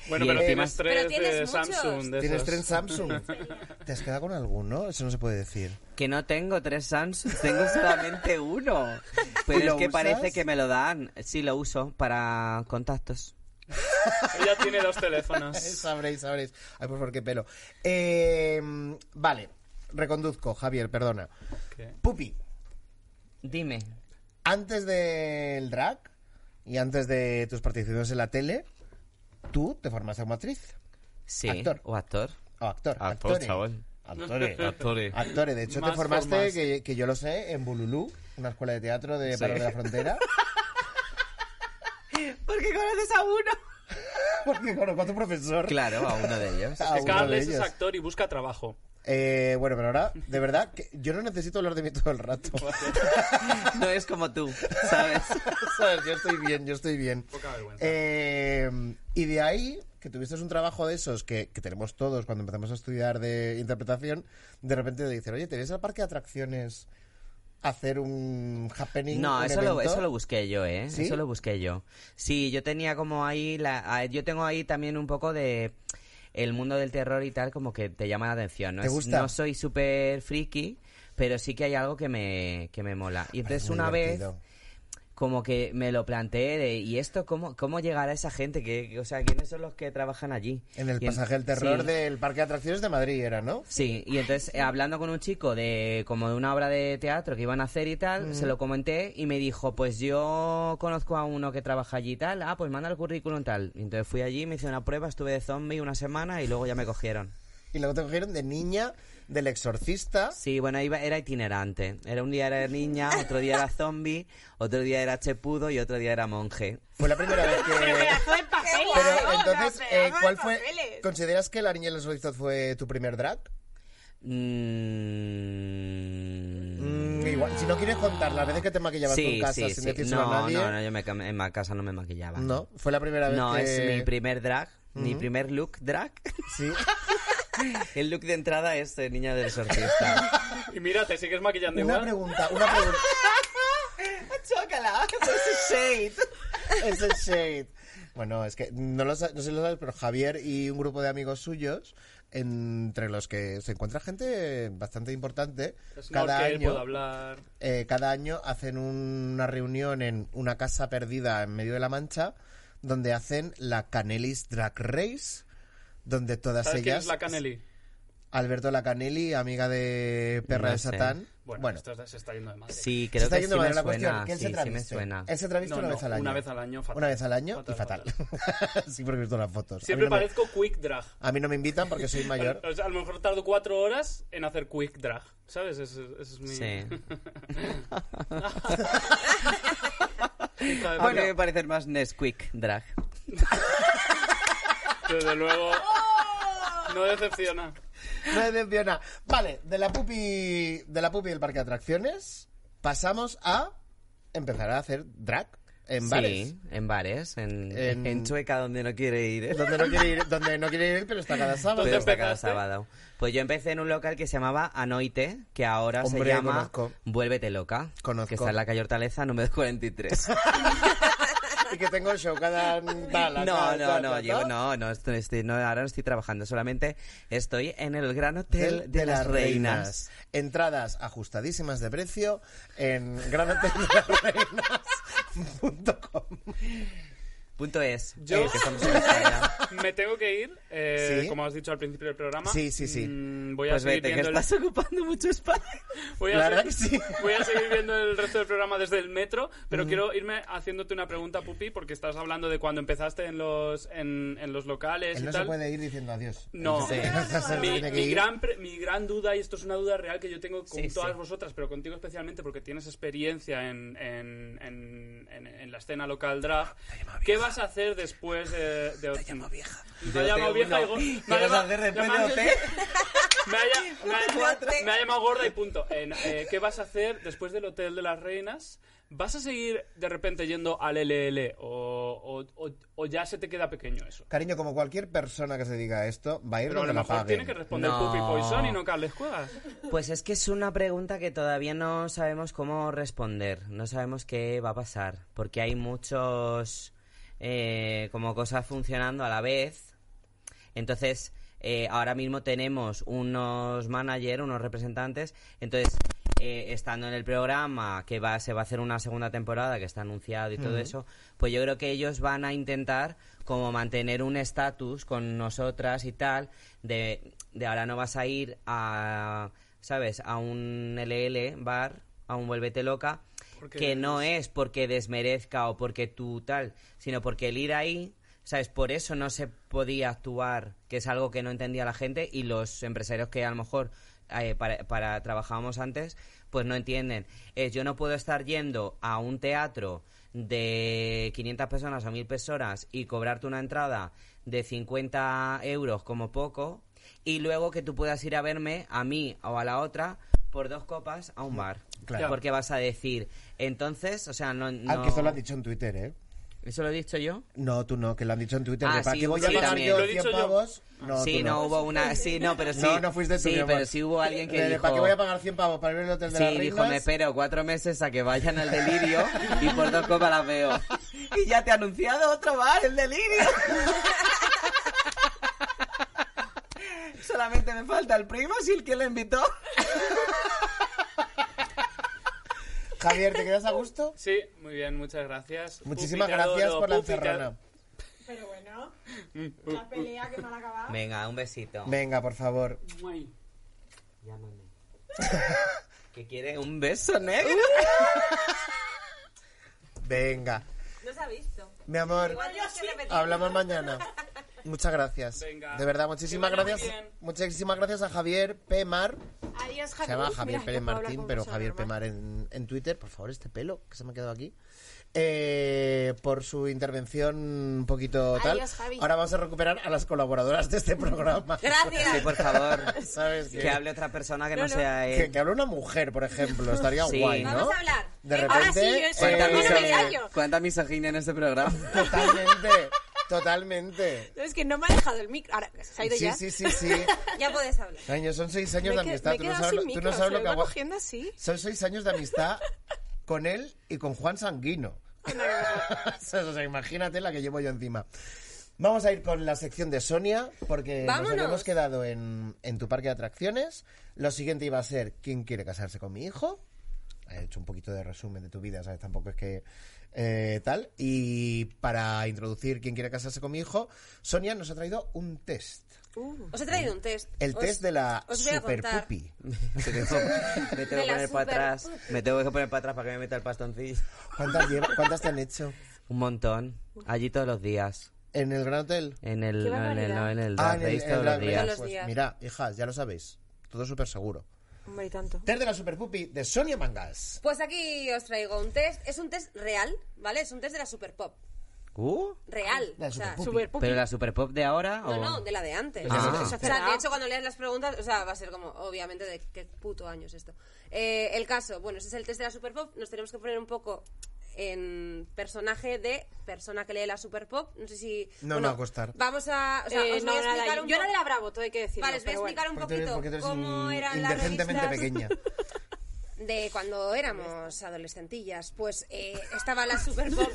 Bueno,
Y
pero
encima-
tienes tres
Pero tienes
de
muchos.
Samsung. De
Tienes
esos.
tren Samsung. ¿Te has quedado con alguno? Eso no se puede decir.
Que no tengo tres Samsung, tengo solamente uno.
¿Y
Pero
lo
es que
usas?
parece que me lo dan. Sí, lo uso para contactos.
Ella tiene dos teléfonos.
Sabréis, sabréis. Ay, por favor, qué pelo. Eh, vale, reconduzco, Javier, perdona.
¿Qué?
Pupi,
Dime.
antes del drag y antes de tus participaciones en la tele, tú te formaste como actriz.
Sí.
Actor.
O actor.
O Oh, actor.
Actor,
actores.
chaval.
Actores.
Actores.
Actores. De hecho, te
Más
formaste,
formas.
que, que yo lo sé, en Bululú, una escuela de teatro de
Sí.
Palo de la Frontera.
Porque conoces a uno.
Porque conozco a tu profesor.
Claro, a uno de ellos.
A uno de
Carles es
ellos.
actor y busca trabajo.
Eh, bueno, pero ahora, de verdad, que yo no necesito hablar de mí todo el rato.
No es como tú, ¿sabes?
¿Sabes? Yo estoy bien, yo estoy bien.
Poca vergüenza.
Eh, y de ahí, que tuviste un trabajo de esos que, que tenemos todos cuando empezamos a estudiar de interpretación, de repente te dicen, oye, ¿te ves al parque de atracciones a hacer un happening?
No,
un
eso lo,
evento?"
eso lo busqué yo, ¿eh?
¿Sí?
Eso lo busqué yo. Sí, yo tenía como ahí la, a- yo tengo ahí también un poco de el mundo del terror y tal como que te llama la atención. ¿no?
¿Te
Es-
gusta?
no soy súper friki, pero sí que hay algo que me, que me mola. Y entonces
muy
una
divertido.
vez como que me lo planteé de, y esto cómo cómo llegará esa gente que o sea quiénes son los que trabajan allí
En el
Y en-
pasaje del terror
sí.
del Parque de Atracciones de Madrid era, ¿no?
Sí, y entonces eh, hablando con un chico de como de una obra de teatro que iban a hacer y tal,
Mm.
se lo comenté y me dijo, pues yo conozco a uno que trabaja allí y tal, ah, pues manda el currículum tal. Y entonces fui allí, me hice una prueba, estuve de zombie una semana y luego ya me cogieron.
Y luego te cogieron de niña del exorcista.
Sí, bueno, iba, era itinerante. Era un día era niña, otro día era zombie, otro día era chepudo y otro día era monje.
Fue la primera vez que...
Pedazo de papel.
Pero entonces, eh,
pegamos
¿cuál
de
fue?
papeles.
¿Consideras que la niña del exorcista fue tu primer drag?
Mm,
Mm, igual, si no quieres contar las veces que te maquillabas tú en casa sin decírselo
No,
a nadie.
no, no, yo me cam- en ma- casa no me maquillaba.
No, fue la primera vez
No,
que...
es mi primer drag, mi primer look drag.
Sí.
El look de entrada es de niña del sortista.
Y mira, te sigues maquillando
Una
igual.
pregunta, una pregunta.
¡Chócala! ¡Pues
Es el shade. Bueno, es que no, lo, sa- no sé si lo sabes, pero Javier y un grupo de amigos suyos, entre los que se encuentra gente bastante importante,
Es
cada
Snorkel,
año,
puedo hablar.
eh, cada año hacen un- una reunión en una casa perdida en medio de la Mancha, donde hacen la Canelis Drag Race, donde todas
¿Sabes quién
ellas...
es la Canelli?
Alberto La Canelli, amiga de Perra
No
de
sé.
Satán.
Bueno, esto se está yendo de madre.
Sí,
se
creo
está
que sí
yendo mal
me
la cuestión.
suena.
Que él
Sí,
se
sí me
traviste.
suena.
Él se traviste
No,
una
no,
vez al año.
una vez al año, fatal.
Una vez al año y fatal.
Fatal,
sí, porque he visto las fotos. A mí
Siempre
no me-
parezco quick drag.
A mí no me invitan porque soy mayor.
O sea, a lo mejor tardo cuatro horas en hacer quick drag. ¿Sabes? Ese, ese es mi.
Sí.
Hija de
A mí
puta.
me parece más Nesquik drag.
Desde luego. No decepciona.
No me decepciona. Vale, de la pupi de la pupi del parque de atracciones pasamos a empezar a hacer drag en bares.
Sí, en bares. En,
En-
en... Chueca, donde no quiere ir. ¿eh?
Donde no quiere ir, donde no quiere ir, pero está cada sábado.
Pero está cada
empezaste?
sábado. Pues yo empecé en un local que se llamaba Anoite, que ahora
Hombre,
se llama
conozco.
Vuélvete Loca,
Conozco.
que está en la calle Hortaleza número 43.
Y que tengo el show cada tal,
No,
tal,
no,
tal,
no,
tal, tal.
llego- no, no, estoy, estoy- no, ahora no estoy trabajando, solamente estoy en el Gran Hotel de, las, Reinas.
Entradas ajustadísimas de precio en granatelasreinas.com.
Punto es.
Yo-
eh, que estamos en España.
Me tengo que ir, eh,
Sí.
como has dicho al principio del programa.
Sí, sí, sí.
Mm, voy a
Pues
seguir
vete, que
viendo el...
estás ocupando mucho espacio.
voy a
La
se-
verdad que sí. Mm.
voy a seguir viendo el resto del programa desde el metro, pero quiero irme haciéndote una pregunta, Pupi, porque estás hablando de cuando empezaste en los, en, en los locales
Él
y
no se
tal.
puede ir diciendo adiós.
No,
Sí.
Se
mi,
tiene que
mi
ir.
gran, pre- mi gran duda, y esto es una duda real que yo tengo con
Sí,
todas
sí.
vosotras, pero contigo especialmente porque tienes experiencia en, en, en- en- en la escena local
Ah,
drag, ¿qué vas a hacer después de... de te llamo vieja. Me ha
Yo
llamado
tengo
vieja y
uno.
go-
¿Qué
me ha
vas a
llamado-
hacer después
llamando-
de OT?
me ha lla- me ha-
Cuatro.
me ha llamado gorda y punto. En, eh, ¿Qué vas a hacer después del Hotel de las Reinas? ¿Vas a seguir de repente yendo al LL o, o- o- o ya se te queda pequeño eso?
Cariño, como cualquier persona que se diga a esto, va a ir
Pero a
donde
lo
la
mejor
paguen.
tiene que responder
No.
Pupi Poison y no Carles Cuevas.
Pues es que es una pregunta que todavía no sabemos cómo responder, no sabemos qué va a pasar, porque hay muchos eh, como cosas funcionando a la vez. Entonces, eh, ahora mismo tenemos unos managers, unos representantes. Entonces, eh, estando en el programa, que va, se va a hacer una segunda temporada, que está anunciado y todo eso, pues yo creo que ellos van a intentar como mantener un estatus con nosotras y tal, de, de ahora no vas a ir a, ¿sabes?, a un LL bar, a un vuélvete loca,
Porque
que no es porque desmerezca o porque tú tal, sino porque el ir ahí, ¿sabes? Por eso no se podía actuar, que es algo que no entendía la gente y los empresarios que a lo mejor eh, para, para- trabajábamos antes, pues no entienden. Es, yo no puedo estar yendo a un teatro de 500 personas o 1000 personas y cobrarte una entrada de 50 euros como poco y luego que tú puedas ir a verme a mí o a la otra por dos copas a un bar.
Claro.
Porque vas a decir. Entonces, o sea, no.
Ah,
no-
que esto lo han dicho en Twitter, ¿eh.
¿Eso lo he dicho yo?
No, tú no, que lo han dicho en Twitter.
Ah,
que ¿Para
sí,
qué voy
sí,
a pagar
también.
yo
Lo he
100
dicho yo.
pavos? No,
sí,
tú
no. hubo una. Sí, no, pero sí.
No, no fuiste tú,
Sí,
mi amor.
pero sí hubo alguien que
De- de,
dijo.
¿Para qué voy a pagar 100 pavos para ir al hotel de
Sí,
las
dijo, me
reinas?
espero cuatro meses a que vayan al delirio y por dos copas las veo. Y ya te ha anunciado otro bar, el delirio. Solamente me falta el primo, si el que le invitó.
Javier, ¿te quedas a gusto?
Sí, muy bien, muchas gracias.
Muchísimas
Pupi, te
gracias
adoro,
por la
Pupi, te
encerrona.
adoro.
Pero bueno, la pelea que mal acabado.
Venga, un besito.
Venga, por favor.
Llámame. ¿Qué quiere? ¿Un beso negro?
Venga.
No se ha visto.
Mi amor,
Igual yo sí.
hablamos mañana. Muchas gracias.
Venga.
De verdad, muchísimas
Que vaya
gracias.
muy bien.
Muchísimas gracias a Javier P. Mar.
Adiós,
Se
Javier.
llama Javier
Mira,
Pérez
no puedo hablar
Martín,
con
pero
persona
Javier P.
normal.
Mar en, en Twitter. Por favor, este pelo que se me ha quedado aquí. Eh, por su intervención un poquito tal.
Adiós, Javi.
Ahora vamos a recuperar a las colaboradoras de este programa.
Gracias.
Sí, por favor.
¿Sabes qué?
Que hable otra persona que no, sea
Que,
él.
que hable una mujer, por ejemplo, estaría
Sí.
guay, ¿no?
Vamos a hablar.
De
Venga, Eh, ahora
repente,
sí, yo soy- Cuéntame,
eh,
no me callo.
Cuánta misoginia en este programa.
totalmente, totalmente.
No, Es que no me ha dejado el micro. Ahora, ¿se ha ido
Sí,
ya?
sí, sí, sí.
Ya puedes hablar.
Años, son seis
Me,
años
he
de
que-
amistad.
me he
Tú no
quedado
sabes,
sin
lo-
micro,
tú no
se
sabes lo
lo
que
iba
hago.
cogiendo así.
Son seis años de amistad con él y con Juan Sanguino. o sea, imagínate la que llevo yo encima. Vamos a ir con la sección de Sonia, porque
Vámonos.
nos habíamos quedado en, en tu parque de atracciones. Lo siguiente iba a ser ¿Quién quiere casarse con mi hijo? He hecho un poquito de resumen de tu vida, ¿sabes? Tampoco es que eh, tal. Y para introducir ¿Quién quiere casarse con mi hijo? Sonia nos ha traído un test.
Os he traído un test.
El
Os-
test de la
os voy a
super
contar.
pupi.
Me tengo, me tengo
De
que
la
poner para
super-
atrás. Me tengo que poner para atrás para que me meta el pastoncillo.
¿Cuántas, lleva- cuántas te han hecho?
Un montón. Allí todos los días.
¿En el Gran Hotel?
En el, no, en el, no, en el
Ah,
Drag
en el-
Race
en
todos
el
los
Drag Race.
días.
Todos los
Pues
días.
mira, hijas, ya lo sabéis. Todo súper seguro.
Hombre, y tanto.
Test de la Super Pupi de Sonia Mangas.
Pues aquí os traigo un test. Es un test real, ¿vale? Es un test de la Super Pop.
Uh,
Real.
Ah, La
o sea,
Superpop.
Super pupi.
¿Pero la super pop de ahora?
no,
o...
no, de la de antes.
Ah.
O sea, de hecho, cuando leas las preguntas, o sea, va a ser como, obviamente, de qué puto año es esto. Eh, el caso, bueno, ese es el test de la Super Pop. Nos tenemos que poner un poco en personaje de persona que lee la Super Pop. No sé si.
No me
bueno,
va a costar.
Vamos a. O sea,
Eh,
os
no,
voy a
nada,
explicar
yo-
un
yo
poco-
era de la Bravo, todo hay que decirlo.
Vale, os voy a
pero bueno.
explicar
Porque
un
tú eres-
poquito
porque tú eres
cómo
in-
eran las
indecentemente
revistas
pequeña.
de cuando éramos adolescentillas, pues eh, estaba la Super Pop.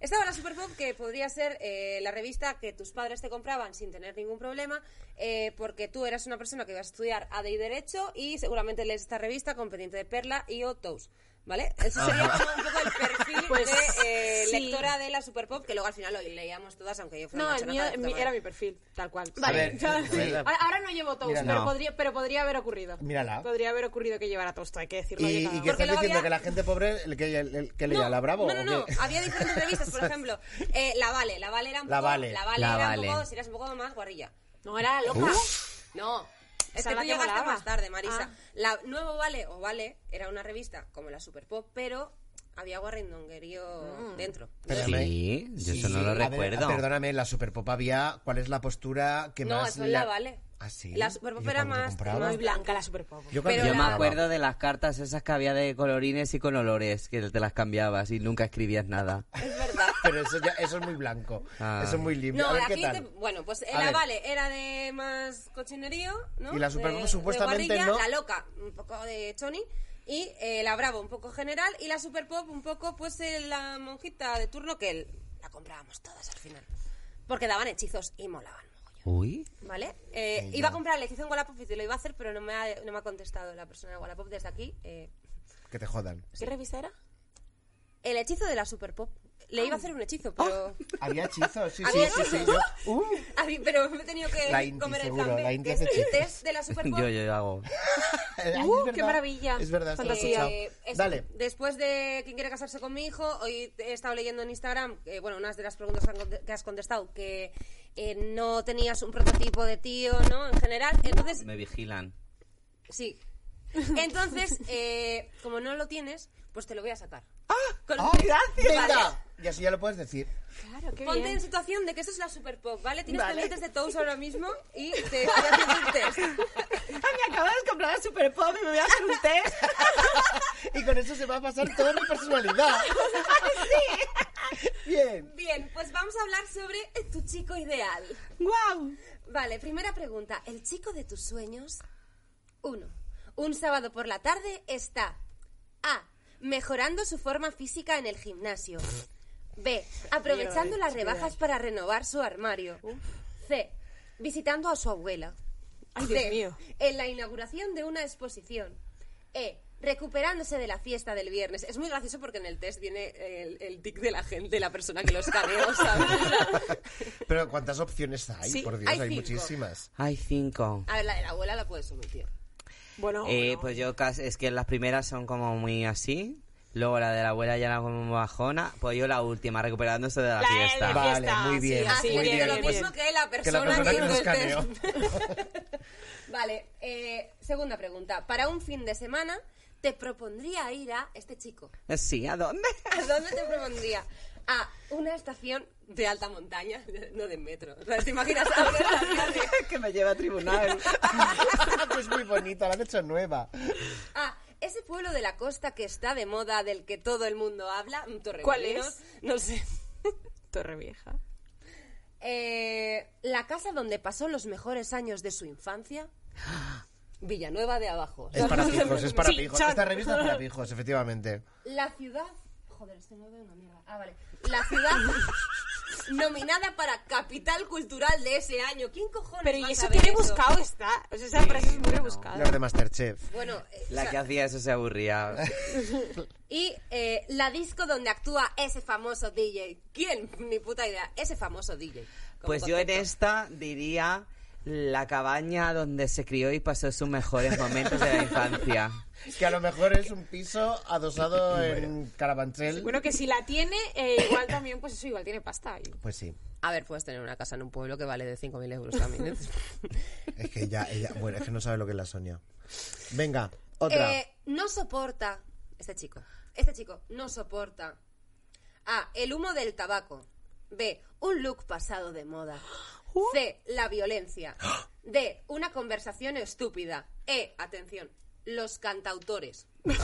Estaba la Super Pop, que podría ser eh, la revista que tus padres te compraban sin tener ningún problema, eh, porque tú eras una persona que ibas a estudiar AD y Derecho y seguramente lees esta revista con pendiente de perla y o tous, ¿Vale? Eso sería como un poco el perfil
Pues
de eh,
sí.
lectora de la Super Pop, que luego al final lo leíamos todas, aunque yo fuera
No,
una
el
chorrada
mío
de puta
mi-
madre.
era mi perfil, tal cual.
A ver, a ver.
Ahora- Ahora no llevo toast,
Mírala.
pero,
No.
podría, pero podría haber ocurrido.
Mírala.
Podría haber ocurrido que llevara toast, hay que decirlo.
¿Y,
oye,
y
cada
qué
uno.
estás
luego
diciendo?
había-
¿Que la gente pobre, el que, el, el que leía, la Bravo?
No, no, no.
o qué?
Había diferentes revistas, por ejemplo. eh, la Vale, la Vale era un
La
poco.
Vale.
La
era
Vale.
un poco. Si eras un poco más guarrilla.
No, era loca.
No. Es
Esa
que
era
tú
la que
llegaste
molaba.
más tarde, Marisa.
Ah.
La Nuevo Vale o Vale era una revista como la Super Pop, pero había
Mm.
guarrindonguerío dentro.
Espérame.
Sí, yo eso
Sí,
no lo
a ver,
recuerdo.
perdóname, en la Superpop había. ¿Cuál es la postura que
No,
más.?
eso en la Vale.
Ah, sí.
La Super
¿Y
Pop
yo
era
cuando te
más-
compraba?
Muy blanca la super pop.
Yo, cuando te
Yo
Pero
me
la-
compraba.
acuerdo de las cartas esas que había de colorines y con olores, que te las cambiabas y nunca escribías nada.
Es verdad.
Pero eso, ya, eso es muy blanco.
Ah.
Eso es muy limpio.
No,
a ver
aquí
qué tal.
te- bueno, pues
A
la
ver.
Vale era de más cochinerío, ¿no?
Y la Super
De-
Pop
de
supuestamente
guarrilla,
no.
La Loca, un poco de Choni. Y eh, la Bravo, un poco general. Y la Super Pop, un poco, pues eh, la monjita de turno que el- la comprábamos todas al final. Porque daban hechizos y molaban. mogollón,
Uy.
¿Vale? Eh, iba a comprar el hechizo en Wallapop y te lo iba a hacer, pero no me ha, no me ha contestado la persona de Wallapop desde aquí. eh.
Que te jodan.
¿Qué revista era? Ah.
el hechizo de la Super Pop. Le iba a hacer un hechizo, pero.
Había hechizos, sí, sí,
Había
sí. sí,
hechizos.
yo- Uh,
A mí, pero me he tenido que
La Inti,
comer
seguro,
el cambio.
la Inti
que es
hace
el
chistes.
test de la Eh, Super Pop.
Yo, yo hago.
Ay, eh, es
Uh, qué
verdad.
maravilla.
Es verdad, esto lo he
Fantasía.
escuchado.
Eh, es-
Dale.
Después de quien quiere casarse con mi hijo, hoy he estado leyendo en Instagram, eh, bueno, unas de las preguntas que han conte- que has contestado, que eh, no tenías un prototipo de tío, ¿no? En general. Entonces,
Me vigilan.
sí. Entonces, eh, como no lo tienes, pues te lo voy a sacar. Con- este-
Ah,
Vale.
Venga. Y así ya lo puedes decir.
Claro, qué
Ponte en
bien.
situación de que eso es la super pop, ¿vale? Tienes pendientes de toast ahora mismo y te estoy haciendo un
Ah,
test.
Me acabas de comprar el Super Pop y me voy a hacer un test.
Y con eso se va a pasar toda mi personalidad. Bien.
Bien, pues vamos a hablar sobre eh, tu chico ideal.
¡Guau!
Vale, primera pregunta. ¿El chico de tus sueños? Uno. Un sábado por la tarde está A. Mejorando su forma física en el gimnasio. B. Aprovechando las rebajas para renovar su armario. C. visitando a su abuela.
Ay, Dios
C.
mío.
En la inauguración de una exposición. E. Recuperándose de la fiesta del viernes. Es muy gracioso porque en el test viene el, el tic de la gente, de la persona que los caneó, ¿sabes? O sea,
Pero ¿cuántas opciones hay?
Sí,
Por Dios, hay,
hay cinco.
muchísimas.
Hay cinco.
A ver, la de la abuela la puedes omitir.
Bueno,
Eh,
bueno.
pues yo casi, es que las primeras son como muy así. Luego la de la abuela ya era como bajona. Pues yo la última, recuperándose de la,
La- la
fiesta.
Va. Vale, muy
sí,
bien,
así,
muy
Haciendo
bien.
lo
bien,
mismo que la persona
Que la persona que
hizo
nos
el test.
caneó.
Vale, eh, segunda pregunta. Para un fin de semana, ¿te propondría ir a este chico?
Eh, Sí, ¿a dónde?
¿A dónde te propondría? A una estación de alta montaña, no de metro. O sea, ¿Te imaginas? A una estación de-
que me lleva a tribunal.
es Pues muy bonita, la han hecho nueva.
A Ah, ese pueblo de la costa que está de moda, del que todo el mundo habla, mm, Torremolinos.
¿Cuál es?
No sé.
Torrevieja.
Eh, la casa donde pasó los mejores años de su infancia. Villanueva de abajo.
Es para pijos, es para
Sí,
pijos.
chan.
Esta revista es para pijos, efectivamente.
La ciudad. Joder, este no veo una mierda. Ah, vale. La ciudad nominada para capital cultural de ese año. ¿Quién cojones?
Pero
va
y
a
eso
saber
que rebuscado está. O sea, esa frase es muy rebuscada.
Los de Masterchef.
Bueno, eh, o
La
sea,
que hacía eso se aburría.
y eh, la disco donde actúa ese famoso DJ. ¿Quién? Ni puta idea. Ese famoso DJ. como
Pues yo en
concepto.
esta diría la cabaña donde se crió y pasó sus mejores momentos de la infancia.
Que a lo mejor es un piso adosado en Carabanchel.
Bueno, que si la tiene, eh, igual también, pues eso, igual tiene pasta. Y-
Pues sí.
A ver, puedes tener una casa en un pueblo que vale de 5.000 euros también. ¿eh?
Es que ella, ella- bueno, es que no sabe lo que es la Sonia. Venga, otra.
Eh, no soporta. Este chico. Este chico no soporta. A. El humo del tabaco. B. Un look pasado de moda. C. La violencia. D. Una conversación estúpida. E. Atención. Los cantautores. o sea,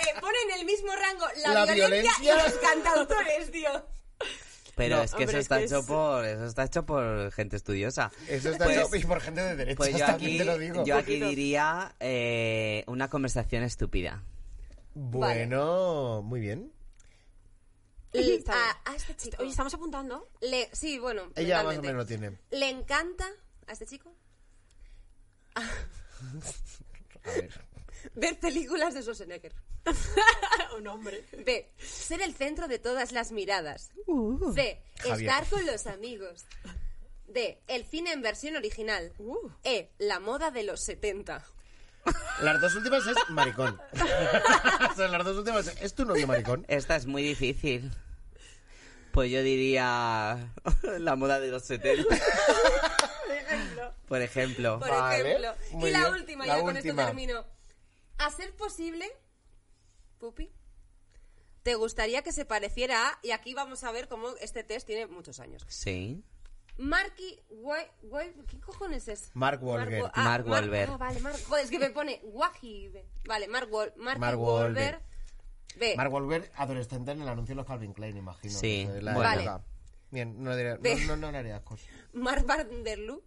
eh, pone en el mismo rango la,
La
violencia,
violencia.
y los cantautores, tío.
Pero
No,
es que eso
hombre, es
está
que
hecho
es-
por eso está hecho por gente estudiosa.
Eso está
Pues-
hecho y por gente de derechas,
Pues yo
Eh, también
aquí,
te lo digo.
yo aquí diría eh, una conversación estúpida.
Bueno, muy bien.
L-
Está bien.
a, a este chico.
Oye, estamos apuntando.
Le, sí, bueno.
Ella más o
mentalmente.
menos lo tiene.
¿Le encanta a este chico?
A ver.
Ver películas de Schwarzenegger.
Un hombre.
B. Ser el centro de todas las miradas.
Uh.
C.
Javier.
Estar con los amigos. D. El cine en versión original.
Uh.
E. La moda de los 70.
Las dos últimas es maricón. O sea, las dos últimas es, ¿es tu novio maricón.
Esta es muy difícil. Pues yo diría la moda de los 70. Por ejemplo.
Por
Vale,
ejemplo.
muy
y la
bien.
última,
La
ya con esto
última.
termino. A ser posible, Pupi, ¿te gustaría que se pareciera a... Y aquí vamos a ver cómo este test tiene muchos años.
Sí.
Marky Wa- Wa- ¿Qué cojones es?
Mark Wahlberg.
Wa-
Mark
Mar-
Wahlberg.
ah, vale, Mark. Joder, es que me pone Wajibe. Vale, Mark, Wal- Marky
Mark
Wahlberg.
Wahlberg.
B.
Mark Wahlberg, adolescente en el anuncio de los Calvin Klein, imagino.
Eh. Sí,
de la
bueno.
época. Bien, no le diré,
Ve.
no, no, no le haré ascos.
Mark Vanderloo.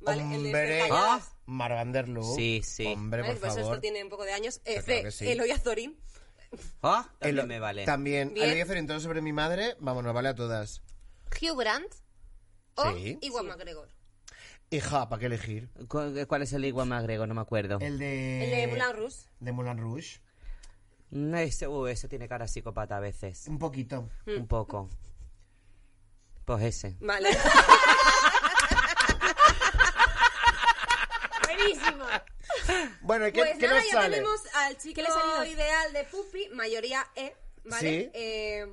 Vale, el de
Hombre.
Calladas.
Ah,
Mark Van Der Loop.
Sí, sí.
Hombre,
Vale,
por
pues
favor.
esto tiene un poco de años. Eh,
Pero
C.
claro que sí.
Eloy Azorín.
Ah, también
El-
me vale.
También.
Bien.
Eloy Azorín, todo sobre mi madre, vámonos, vale a todas.
Hugh Grant. O
Sí.
Iwan McGregor.
Hija, ¿para qué elegir?
¿Cu- ¿Cuál es el igual más griego? No me acuerdo.
El de...
El de Moulin Rouge.
De Moulin Rouge.
No, ese, uh, ese tiene cara psicópata a veces.
Un poquito.
Un poco. Pues ese.
Vale.
Buenísimo.
Bueno, ¿y ¿qué,
Pues
qué
nada,
nos
ya
sale?
tenemos al chico
¿Qué le ha salido?
ideal de Pupi, mayoría E, ¿vale?
Sí.
Eh,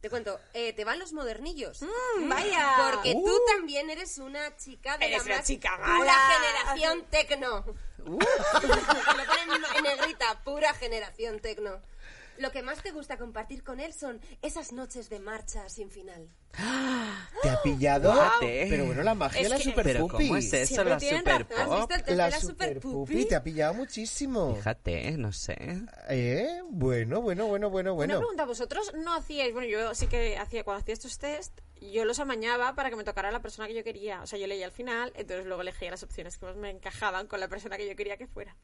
te cuento, eh, te van los modernillos.
Mm.
vaya.
Porque tú también eres una chica de
Eres
la
una
más
chica
pura
mala.
generación tecno. Lo ponen en negrita, pura generación tecno. Lo que más te gusta compartir con él son esas noches de marcha sin final.
¿Te
¡Oh!
ha pillado?
Guate.
Pero bueno, la magia de la
que-
super
Pero
pupi.
¿cómo es eso?
Siempre
La
tienen
super
razón,
¿Has
pop.
visto el test de
La
la
super
super
pupi
pupi?
te ha pillado muchísimo.
Fíjate, no sé.
Eh, bueno, bueno, bueno, bueno,
Una
bueno.
pregunta, vosotros no hacíais, bueno, yo sí que hacía, cuando hacía estos test, yo los amañaba para que me tocara la persona que yo quería. O sea, yo leía al final, entonces luego elegía las opciones que más me encajaban con la persona que yo quería que fuera.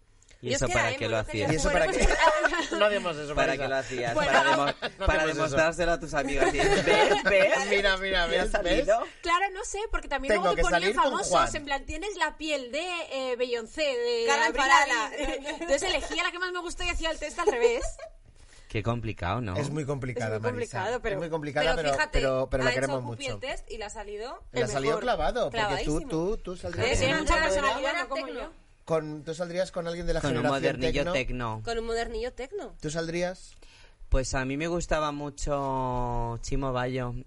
¿Y
Yo
eso
es que
para
era
qué
emo,
lo
yo tenía
hacías?
¿Y eso para
pues
qué? No hacemos eso,
¿Para
Marisa.
qué lo hacías?
Bueno,
para demo-
no
para
hacemos eso.
demostrárselo a tus amigas. Y, ¿Ves? ¿Ves?
Mira, mira,
¿Me ha
¿ves?
salido?
Claro, no sé, porque también
Tengo
luego te
que
ponían
salir con
famosos.
Juan.
En plan, tienes la piel de eh, Beyoncé, de
Carmen
Avril
Farala.
Lavigne. Entonces elegía la que más me gustó y hacía el test al revés.
Qué complicado, ¿no?
Es muy complicada,
Es muy
Marisa.
complicado, pero-
es muy complicada, pero,
fíjate,
pero, pero
ha
la
hecho
queremos
Pupi
mucho.
el test y la ha salido.
Le ha
el
salido
mejor.
clavado, porque tú,
Clavadísimo.
tú, tú saldrías,
Es
Tiene
una
mucha
gran-
personalidad,
gran
no como
tecno.
yo.
con, tú saldrías con alguien de la
Con un
generación
modernillo
tecno.
tecno.
Con un modernillo tecno.
¿Tú saldrías?
Pues a mí me gustaba mucho Chimo Bayo.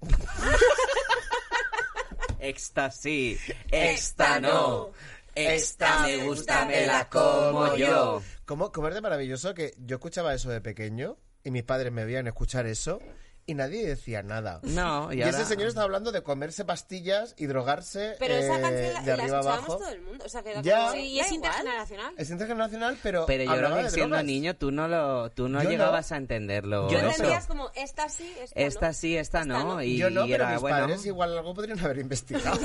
esta sí, esta no. Esta me gusta, me la como yo.
¿Cómo, cómo es de maravilloso que yo escuchaba eso de pequeño y mis padres me veían escuchar eso y nadie decía nada.
No, y
y
ahora-
ese señor estaba hablando de comerse pastillas y drogarse
Pero esa
eh,
canción la,
de arriba
la escuchábamos
abajo.
todo el mundo. O sea, que era
Ya.
como-
Sí, y es
da igual.
intergeneracional.
Es internacional, pero.
Pero yo
hablaba
creo que
de
siendo
drogas.
niño tú no lo, tú no
Yo no.
llegabas a entenderlo.
Tú
Yo no,
eso.
entendías como esta sí, esta, no.
Esta sí, esta, no. Y
Yo no,
y
pero
era,
mis
bueno,
padres igual algo podrían haber investigado.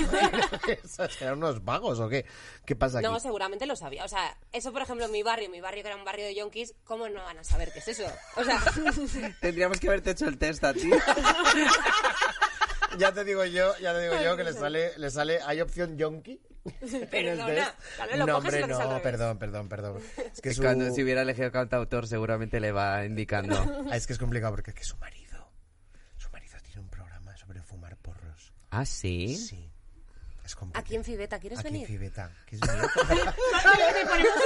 ¿Sabes? ¿Eran unos vagos o qué? ¿Qué pasa aquí?
No, seguramente lo sabía. O sea, eso, por ejemplo, en mi barrio, mi barrio que era un barrio de yonkis, ¿cómo no van a saber qué es eso? O sea,
Tendríamos que haberte hecho el test a ti.
Ya te digo yo, ya te digo yo que le sale, le sale, hay opción yonki. en el
Perdona,
test.
claro, lo
no,
coges y
hombre,
lo haces al
no,
revés.
perdón, perdón, perdón. Es que es,
Cuando
su-
si hubiera elegido cantautor seguramente le va indicando.
Ah, es que es complicado porque es que su marido, su marido tiene un programa sobre fumar porros.
¿Ah, sí?
Sí. Es complicado.
aquí en Fibeta, ¿quieres
Aquí en
venir?
Fibeta. ¿Quieres venir?
¿Te ponemos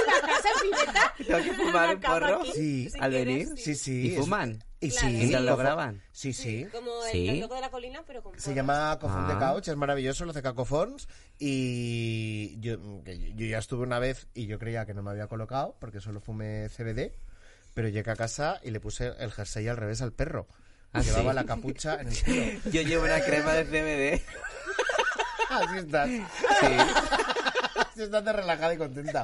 una casa en piveta?
¿Tengo que fumar un porro?
Sí.
¿Al venir?
Sí, sí.
¿Y
es-
fuman?
Y
Claro.
sí.
Mientras lo
cojo-
graban.
Sí, sí.
Como el
Sí.
el loco de la colina, pero con
Se
porros.
llama Cofón de
Ah.
Couch, es maravilloso, lo hace Cacofons. Y yo, que yo ya estuve una vez y yo creía que no me había colocado porque solo fumé CBD. Pero llegué a casa y le puse el jersey al revés al perro.
Ah,
Llevaba
¿sí?
la capucha en el culo.
Yo llevo una crema de CBD.
Así estás. Así estás de relajada y contenta.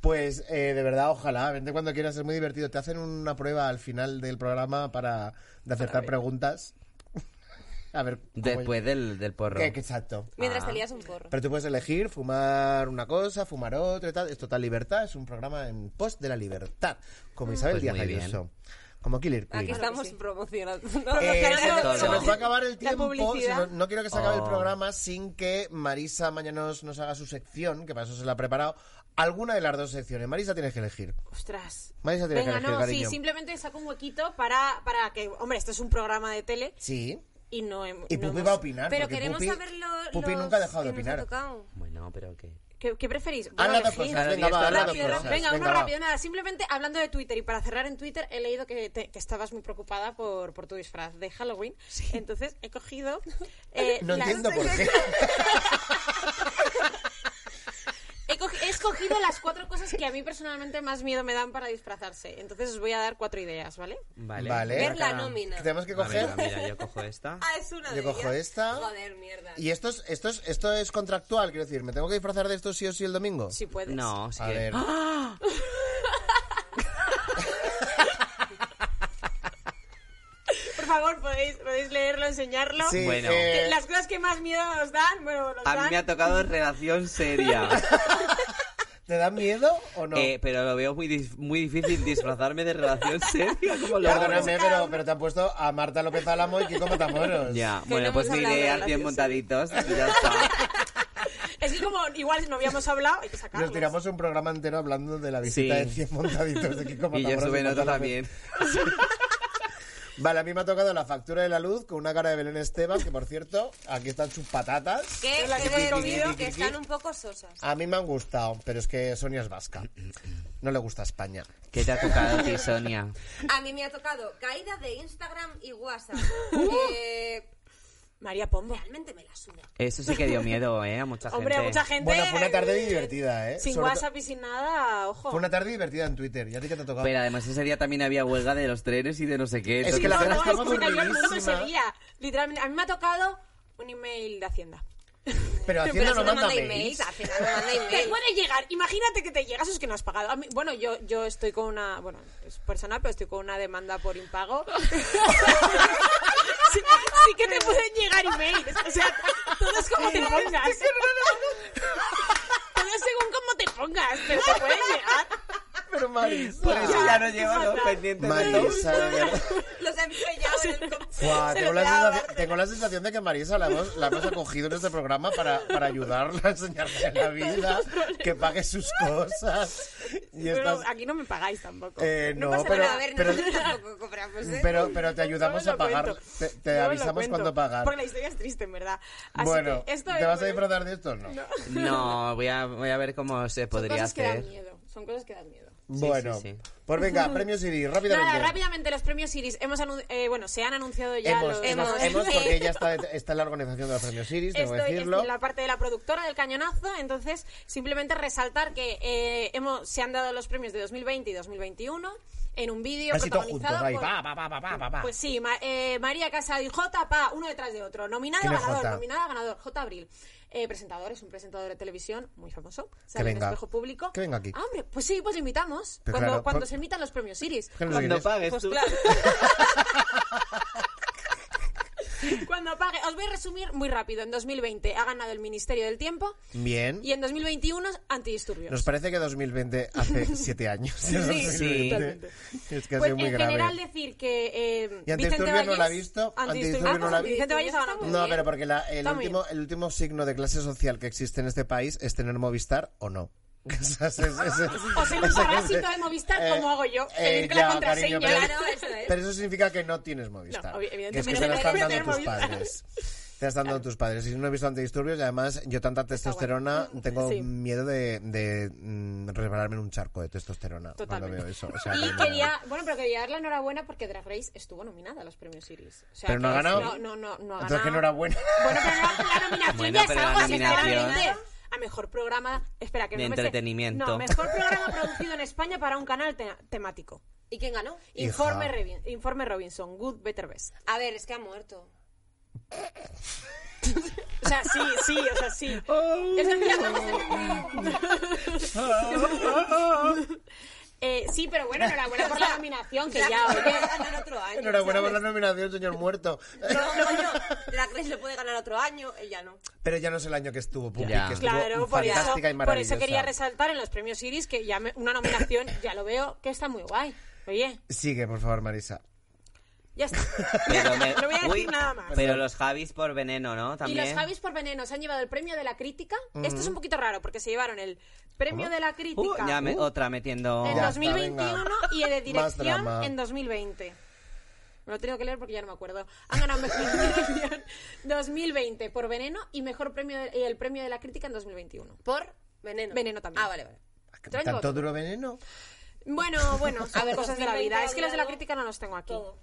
Pues eh, de verdad, ojalá, vente cuando quieras, es muy divertido. Te hacen una prueba al final del programa para de acertar preguntas. A ver, cómo-
Después del, del porro.
¿Qué- qué exacto.
Ah.
Mientras te lías un porro.
Pero tú puedes elegir fumar una cosa, fumar otra y tal. Es total libertad, es un programa en pos de la libertad. Como Isabel
Pues
Díaz
muy bien.
Ayuso. Como Killer Queen.
Aquí estamos promocionando.
Eh, se, nos- se nos va a acabar el
La
tiempo. se
publicidad.
nos- no quiero que se acabe el
Oh.
programa sin que Marisa mañana nos, nos haga su sección, que para eso se la ha preparado. Alguna de las dos secciones. Marisa tienes que elegir.
Ostras.
Marisa tienes que
Venga,
elegir,
no, sí,
cariño.
simplemente saco un huequito para, para que, hombre, esto es un programa de tele
Sí.
y no hem-
Y
no
Pupi
hemos-
va a opinar.
Pero
porque
queremos
Pupi,
saber lo-
Pupi
los
nunca ha dejado de
que nos ha
opinar.
tocado.
Bueno, pero qué.
¿Qué, qué preferís?
Haz
Bueno,
las dos
elegid.
cosas. Venga,
Ahora
va, haz las dos
rápido,
cosas.
Venga, uno
va.
rápido, nada. Simplemente hablando de Twitter y para cerrar en Twitter, he leído que, te- que estabas muy preocupada por, por tu disfraz de Halloween. Entonces he cogido. eh,
No
las-
entiendo por qué.
He, cogi- he escogido las cuatro cosas que a mí personalmente más miedo me dan para disfrazarse. Entonces os voy a dar cuatro ideas, ¿vale?
Vale.
Vale.
Ver la nómina.
Tenemos que
A ver,
coger.
mira, yo cojo esta.
Ah, es una
Yo
de
cojo
ellas.
esta.
Joder, mierda.
Y esto es, esto es, esto es contractual, quiero decir, ¿me tengo que disfrazar de esto sí o sí el domingo?
Si puedes.
No, sí. Ah,
A
que-
ver.
Por favor, podéis, podéis leerlo, enseñarlo.
Sí,
Bueno.
eh,
Que Las cosas que más miedo nos dan, bueno, nos
A mí
dan.
me ha tocado relación seria.
¿Te da miedo o no?
Eh, pero lo veo muy, dis- muy difícil disfrazarme de relación seria. Como lo hago?
Perdóname, pero, pero te han puesto a Marta López Álamo y Kiko Matamoros.
Ya,
Que no
bueno,
hemos
pues me
hablado
iré
de
al 100
relación
montaditos y ya está.
Es que como igual no habíamos hablado, hay que sacarlo.
Nos tiramos un programa entero hablando de la visita
Sí.
de 100 montaditos de Kiko
Y
Matamoros.
yo suben
Marta
otro
López.
también.
Vale, a mí me ha tocado la factura de la luz con una cara de Belén Esteban, que por cierto, aquí están sus patatas.
Que
la que
he de
hemos
decir
comido.
que están un poco sosas.
A mí me han gustado, pero es que Sonia es vasca. No le gusta España.
¿Qué te ha tocado a ti, Sonia?
A mí me ha tocado caída de Instagram y WhatsApp.
Uh.
Eh,
María Pombo.
realmente me la suda.
Eso sí que dio miedo, ¿eh? A mucha
Hombre, a
gente.
mucha gente.
Bueno, fue una tarde
eh,
divertida, ¿eh?
Sin
Sobre to-
WhatsApp y sin nada, ojo.
Fue una tarde divertida en Twitter. ¿Y a ti qué te ha tocado?
Pero además ese día también había huelga de los trenes y de no sé qué.
Es que
entonces-
la
No,
gente
no,
estaba
es que se cayó el mundo ese
dormidísima.
día. Literalmente, a mí me ha tocado un email de Hacienda.
Pero Hacienda no
Pero si
manda mails.
emails. Hacienda no manda
Te
emails.
puede llegar, imagínate que te llegas, eso es que no has pagado. A mí- bueno, yo, yo estoy con una, bueno, es personal, pero estoy con una demanda por impago. sí, sí que te pueden llegar emails, o sea, todo es como te pongas. todo es según cómo te pongas, pero te pueden llegar.
Pero Marisa.
Por eso ya no lleva los pendientes de luz.
Marisa, de verdad.
Los han pillado en el coche.
Buah,
Se
tengo,
los
la
daba
sensación,
a Bárcenas.
tengo la sensación de que Marisa la hemos, la hemos acogido en este programa para, para ayudarla a enseñarle la vida, que pague sus cosas. Y
Pero
estas-
aquí no me pagáis tampoco.
eh,
No
no,
pasa
pero,
nada, a ver,
pero,
nosotros tampoco cobramos, ¿eh?
pero, pero te ayudamos
Luego
a
lo
pagar.
cuento.
Te, te
Luego lo
avisamos
cuento,
cuando pagar.
Porque la historia es triste, en verdad. Así
Bueno,
que esto
¿te
es
vas a
muy-
disfrutar de esto? No.
No, voy a, voy a ver cómo se
Son
podría
cosas que dan
hacer.
miedo. Son cosas que dan miedo.
Bueno,
sí, sí.
pues venga, premio Siri, rápidamente.
Nada, rápidamente los premios Iris. Hemos anun- eh, bueno, se han anunciado ya
Hemos,
los
hemos,
Hemos.
hemos, porque ella está, está en la organización de los premios Iris, tengo que
Estoy
decirlo.
en la parte de la productora del cañonazo, entonces simplemente resaltar que eh, hemos, se han dado los premios de 2020 y 2021 en un vídeo
Casi todos juntos,
protagonizado
ahí, pa,
por...
pa, pa, pa, pa, pa, pa.
Pues sí, Ma- eh, María Casa y J, pa, uno detrás de otro. Nominado,
¿Quién es
ganador,
J?
nominada, ganador. J. Abril. Eh, presentador, es un presentador de televisión muy famoso.
Que
Sale en
venga.
espejo público.
Que venga aquí.
Ah, hombre, pues sí, pues lo invitamos.
Pero
cuando
claro, pues
cuando
por-
se invitan los premios Iris.
Que no sé quién
Cuando
es.
pagues tú.
Cuando apague, os voy a resumir muy rápido. En 2020 ha ganado el Ministerio del Tiempo
Bien.
y en 2021 antidisturbios.
Nos parece que 2020 hace siete años. Sí,
totalmente.
Es que ha
Pues
sido muy
en
grave.
general decir que eh,
Y
Vicente
antidisturbios
Valles,
no la ha visto,
Antidisturbios-
antidisturbios no
Ah,
la ha
pues
visto.
Vicente Valles ha ganado.
No, pero porque la- el,
Está muy
último,
bien.
el último signo de clase social que existe en este país es tener Movistar o no. O sea, es- es- es- Eh,
O ser un
es- es-
parásito de Movistar, como hago yo, pedirte la contraseña.
pero,
Claro, eso es.
pero eso significa que no tienes Movistar.
No, obvi-
que es que
evidentemente
te la
no
están
voy a
dando
tener
tus
Movistar.
padres. Te la están dando tus padres. Y si no he visto antidisturbios, y además yo tanta testosterona, tengo
Sí.
miedo de, de mm, resbalarme en un charco de testosterona
Totalmente.
cuando veo eso. O sea, que
y
no-
quería, bueno, pero quería dar la enhorabuena porque Drag Race estuvo nominada a los premios Iris. O sea,
Pero no
que
ha ganado.
No, no, no, no ha
Entonces, que
ganado.
enhorabuena.
Bueno, pero la, la nominación
Bueno,
ya es
pero la
algo,
nominación-
sinceramente. A mejor programa. Espera, que
De
no me sé.
entretenimiento.
No, mejor programa producido en España para un canal te- temático.
¿Y quién ganó?
Hija.
Informe, Revi- Informe Robinson, Good Better Best.
A ver, es que ha muerto.
O sea, sí, sí, o sea, sí.
Oh.
Es que ya estamos en- Eh, sí, pero bueno, enhorabuena por la nominación, que ya,
puede
oye,
ganar otro año.
Enhorabuena por la
¿sabes?
nominación, señor muerto.
No, no, no. Drag Race lo puede ganar otro año, ella no.
Pero ya no es el año que estuvo, Pupi,
Ya.
que estuvo
Claro, por eso,
fantástica y
por
maravillosa.
eso quería resaltar en los premios Iris que ya me- una nominación, ya lo veo, que está muy guay. Oye,
Sigue, por favor, Marisa.
ya está.
Pero me-
No voy a
Uy,
decir nada más.
Pero los Javis por veneno, ¿no?
Y
También.
los Javis por Veneno se han llevado el premio de la crítica. Esto es un poquito raro porque se llevaron el premio de la
Uh,
crítica
ya me-
Uh.
otra metiendo.
en
Ya está,
2021
venga.
y el de
Más
dirección
drama.
en 2020. Me lo he tenido que leer porque ya no me acuerdo. Han ganado mejor dirección 2020 por Veneno y mejor premio de- y el premio de la crítica en 2021.
Por veneno.
Veneno también.
Ah, vale, vale.
Traigo
¿Tanto
otro.
duro veneno?
Bueno, bueno, son
A ver,
cosas de la vida.
2020
Es que los de la
olvidado.
crítica no los tengo aquí.
Todo.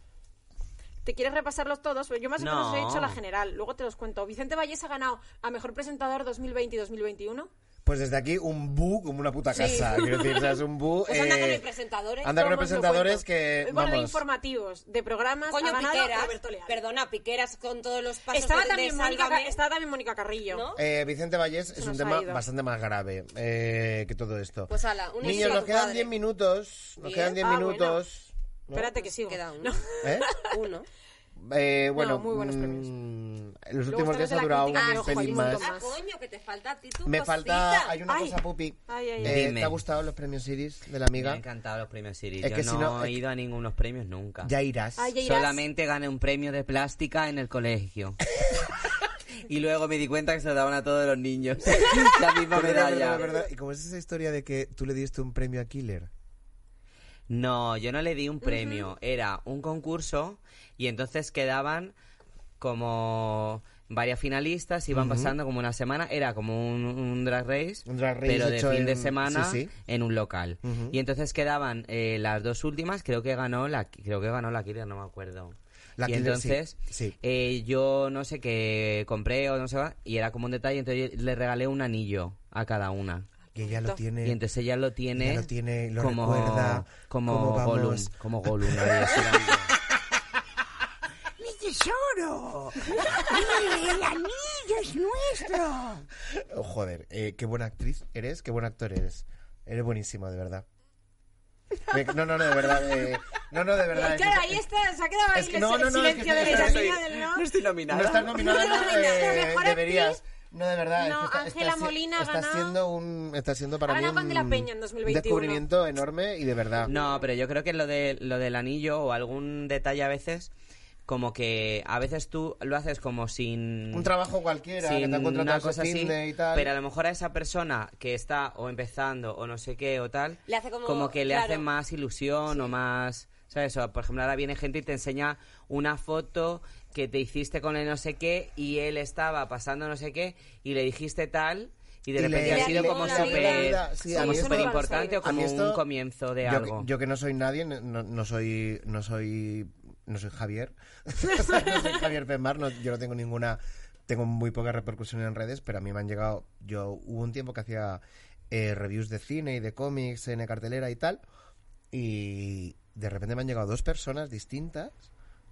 ¿Te quieres repasarlos todos? Pero yo más o menos
No.
he hecho la general. Luego te los cuento. Vicente Vallés ha ganado a Mejor Presentador 2020 y 2021.
Pues desde aquí un bu como una puta casa. Quiero decir, o sea, es un bu.
Pues anda con
eh,
el presentador, ¿eh?
Anda con
Luego
los
os lo
presentadores
cuento.
que.
Bueno, de
vamos.
informativos, de programas, ha
Coño,
ganado
Piqueras.
Roberto Leal.
Perdona, Piqueras con todos los pasos
Estaba
de,
también,
de
Mónica, Ca-
Sálvame.
estaba también Mónica Carrillo.
¿No?
Eh, Vicente Vallés es
nos
un
ha
tema
ido.
bastante más grave eh, que todo esto.
Pues ala, un
Niños,
éxito a
nos
tu
quedan
padre.
10 minutos. Nos
Diez.
quedan 10
Ah, bueno.
minutos. ¿no?
Espérate que sigo.
Pues Queda uno.
No.
¿Eh?
Uno.
Eh, bueno,
muy buenos premios.
mm, los
Luego
últimos
están los
días
de
ha
la
durado
crítica,
un
que ojo, hay
pelín
un
más.
montón
Ah, coño, que te falta a ti tu
Me
cosita.
falta, hay una
Ay.
cosa, Pupi.
Ay, ay, ay.
Eh,
Dime.
¿Te ha gustado los premios Iris de la
Me
amiga?
han encantado los premios Siri.
Es
Yo
que
no,
si no,
he
es-
ido a ningunos premios nunca.
Ya irás.
Ay, ya irás.
Solamente gané un premio de plástica en el colegio. y luego me di cuenta que se lo daban a todos los niños. La misma
Pero verdad,
medalla.
verdad, verdad. ¿Y cómo es esa historia de que tú le diste un premio a Killer?
No, yo no le di un premio. Era un concurso y entonces quedaban como varias finalistas, iban pasando como una semana. Era como un, un drag race,
Un drag race
pero de
hecho
fin de
en-
semana
sí, sí.
en un local. Y entonces quedaban eh, las dos últimas. Creo que ganó la, creo que ganó la Killer, no me acuerdo.
La
y
Killer, sí,
entonces
sí.
eh, yo no sé qué compré o no sé y era como un detalle entonces yo le regalé un anillo a cada una
Que ella lo tiene.
y entonces ella lo tiene,
Ya lo tiene, lo
como,
recuerda,
como,
cómo vamos.
Gollum, como Gollum. ¿no? Y eso era mío.
Oh, joder, eh, qué buena actriz eres, qué buen actor eres. Eres buenísimo, de verdad. Me- No, no, no, de verdad. eh, no, no, de verdad. es-
Claro, ahí está, se ha quedado ahí
Es que
el
no,
sil-
no, no, es que
silencio
estoy-
de la
estoy-
niña del no.
estoy
No estás nominada, no, eh,
Mejor actriz,
deberías. No, de verdad.
No,
es que está-
Ángela
está, si-
Molina ha
está
ganado-
siendo un, está siendo para
Ha
mí
ganado Juan de la
un
Peña en 2021.
descubrimiento enorme y de verdad.
No, pero yo creo que lo, de, lo del anillo o algún detalle a veces, como que a veces tú lo haces como sin...
Un trabajo cualquiera que
sin
te han contratado
una cosa
ese
así,
cine y tal.
pero a lo mejor a esa persona que está o empezando o no sé qué o tal,
Le hace como-
que le
claro.
hace más ilusión o más... ¿Sabes? O, por ejemplo, ahora viene gente y te enseña una foto que te hiciste con el no sé qué y él estaba pasando no sé qué y le dijiste tal y de
Y le-
repente ha
le
sido
animó
como
la
súper
vida. Sí, a
como
mí esto- ¿eh?
súper importante o
a
como
mí esto-
un comienzo de
yo,
algo.
Que, yo que no soy nadie, no, no soy, no soy, no soy Javier, no soy Javier Pemar, no- yo no tengo ninguna, tengo muy poca repercusión en redes, pero a mí me han llegado, yo hubo un tiempo que hacía eh, reviews de cine y de cómics en cartelera y tal, y de repente me han llegado dos personas distintas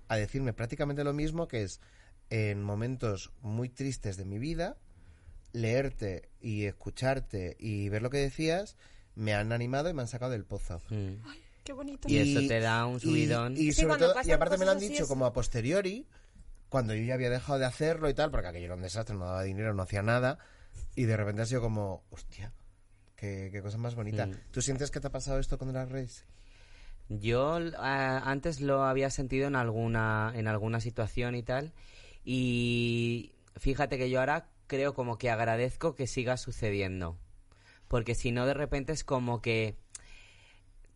a decirme prácticamente lo mismo que es en momentos muy tristes de mi vida leerte y escucharte y ver lo que decías me han animado y me han sacado del pozo.
Mm.
Qué bonito.
Y eso te da un
y-
subidón.
Y,
Sí,
sobre
cuando
todo- y
pasan
aparte me lo han
cosas así
dicho
es-
como a posteriori, cuando yo ya había dejado de hacerlo y tal, porque aquello era un desastre, no daba dinero, no hacía nada, y de repente ha sido como, hostia, qué, qué cosa más bonita.
Mm.
¿Tú sientes que te ha pasado esto con las redes?
Yo eh, antes lo había sentido en alguna, en alguna situación y tal. Y fíjate que yo ahora creo como que agradezco que siga sucediendo. Porque si no, de repente es como que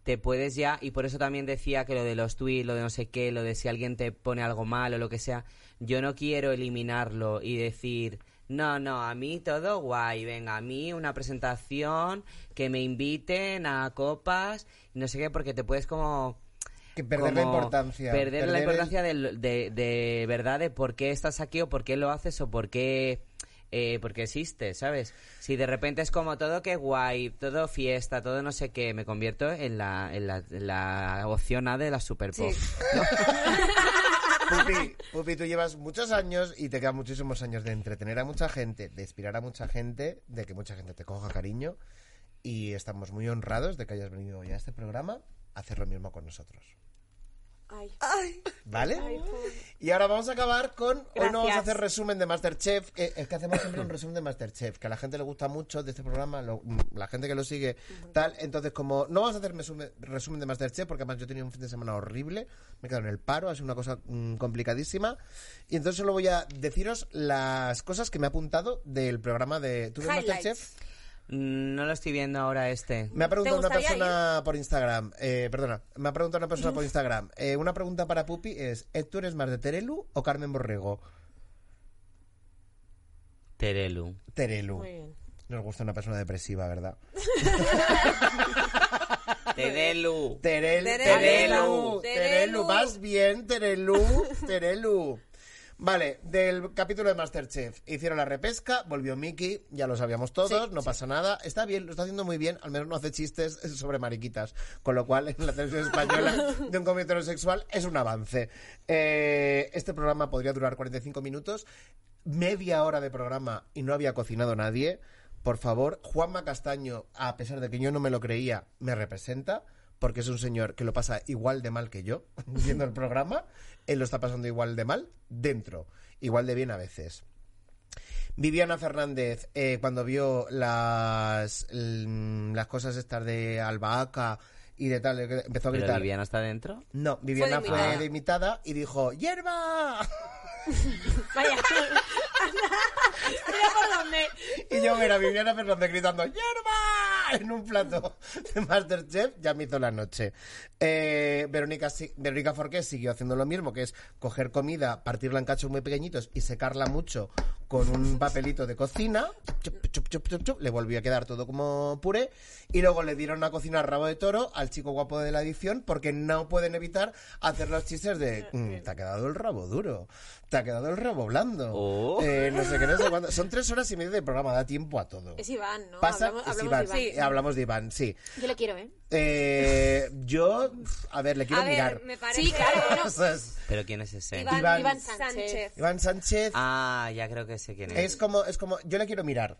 te puedes ya, y por eso también decía que lo de los tweets, lo de no sé qué, lo de si alguien te pone algo mal o lo que sea, yo no quiero eliminarlo y decir, no, no, a mí todo guay, venga, a mí una presentación, que me inviten a copas, no sé qué, porque te puedes como...
Que perder la
como
importancia.
Perder, la
el-
importancia del- de, de verdad, de por qué estás aquí o por qué lo haces o por qué... eh, porque existe, ¿sabes? Si de repente es como todo que guay, todo fiesta, todo no sé qué, me convierto en la, en la, en la opción A de la Super Pop.
Pupi, Pupi, tú llevas muchos años y te quedan muchísimos años de entretener a mucha gente, de inspirar a mucha gente, de que mucha gente te coja cariño. Y estamos muy honrados de que hayas venido ya a este programa a hacer lo mismo con nosotros.
Ay.
¿Vale? Y ahora vamos a acabar con. Hoy no vamos a
Gracias.
hacer resumen de Masterchef. que- es que hacemos siempre un resumen de Masterchef, que a la gente le gusta mucho de este programa, lo- la gente que lo sigue, tal. Entonces, como no vamos a hacer resumen, resumen de Masterchef, porque además yo tenía un fin de semana horrible, me he quedado en el paro, ha sido una cosa mm, complicadísima. Y entonces solo voy a deciros las cosas que me ha apuntado del programa de. ¿Tú ves
Highlights.
Masterchef?
Mm, No lo estoy viendo ahora este.
Me ha preguntado
¿Te
una
gustaría
persona por Instagram, eh, perdona, me ha preguntado una persona por Instagram. eh, una pregunta para Pupi es, ¿eh, ¿tú eres más de Terelu o Carmen Borrego?
Terelu.
Terelu.
Muy bien.
Nos gusta una persona depresiva, ¿verdad?
Terelu.
Terel,
Terelu.
Terelu.
Terelu.
Terelu, vas bien, Terelu. Terelu. Vale, del capítulo de Masterchef. Hicieron la repesca, volvió Mickey, ya lo sabíamos todos, no pasa nada. Está bien, lo está haciendo muy bien, al menos no hace chistes sobre mariquitas. Con lo cual, en la televisión española de un comienzo heterosexual es un avance. Eh, este programa podría durar 45 minutos, media hora de programa y no había cocinado nadie. Por favor, Juanma Castaño, a pesar de que yo no me lo creía, me representa porque es un señor que lo pasa igual de mal que yo viendo el programa. Él lo está pasando igual de mal dentro, igual de bien a veces. Viviana Fernández, eh, cuando vio las, mm, las cosas estas de Albahaca y de tal, empezó a
¿Pero
gritar.
Viviana está dentro?
No, Viviana
de
fue,
imitada.
de imitada y dijo, ¡Hierba!
Vaya. Mira por dónde.
Y yo era Viviana Fernández gritando ¡Hierba! en un plato de Masterchef, ya me hizo la noche. Eh, Verónica, si- Verónica Forqué siguió haciendo lo mismo, que es coger comida, partirla en cachos muy pequeñitos y secarla mucho con un papelito de cocina. Chup, chup, chup, chup, chup. Le volvió a quedar todo como puré. Y luego le dieron a cocinar rabo de toro al chico guapo de la edición porque no pueden evitar hacer los chistes de "Mm, te ha quedado el rabo duro, te ha quedado el rabo blando.
Oh.
Eh, no sé qué, no sé cuándo. Son tres horas y media de programa, da tiempo a todo.
Es Iván, ¿no?
Pasa,
Hablamos-
es
hablamos
Iván.
de Iván.
Sí, hablamos de Iván, sí.
Yo le quiero, ¿eh?
Eh, yo, a ver, le quiero
a
mirar.
ver, me parece.
Sí, claro, bueno.
O sea, es-
¿Pero quién es ese?
Iván,
Iván
Iván
Sánchez.
Sánchez.
Iván Sánchez
Ah, ya creo que sé quién es.
es como, es como, yo le quiero mirar.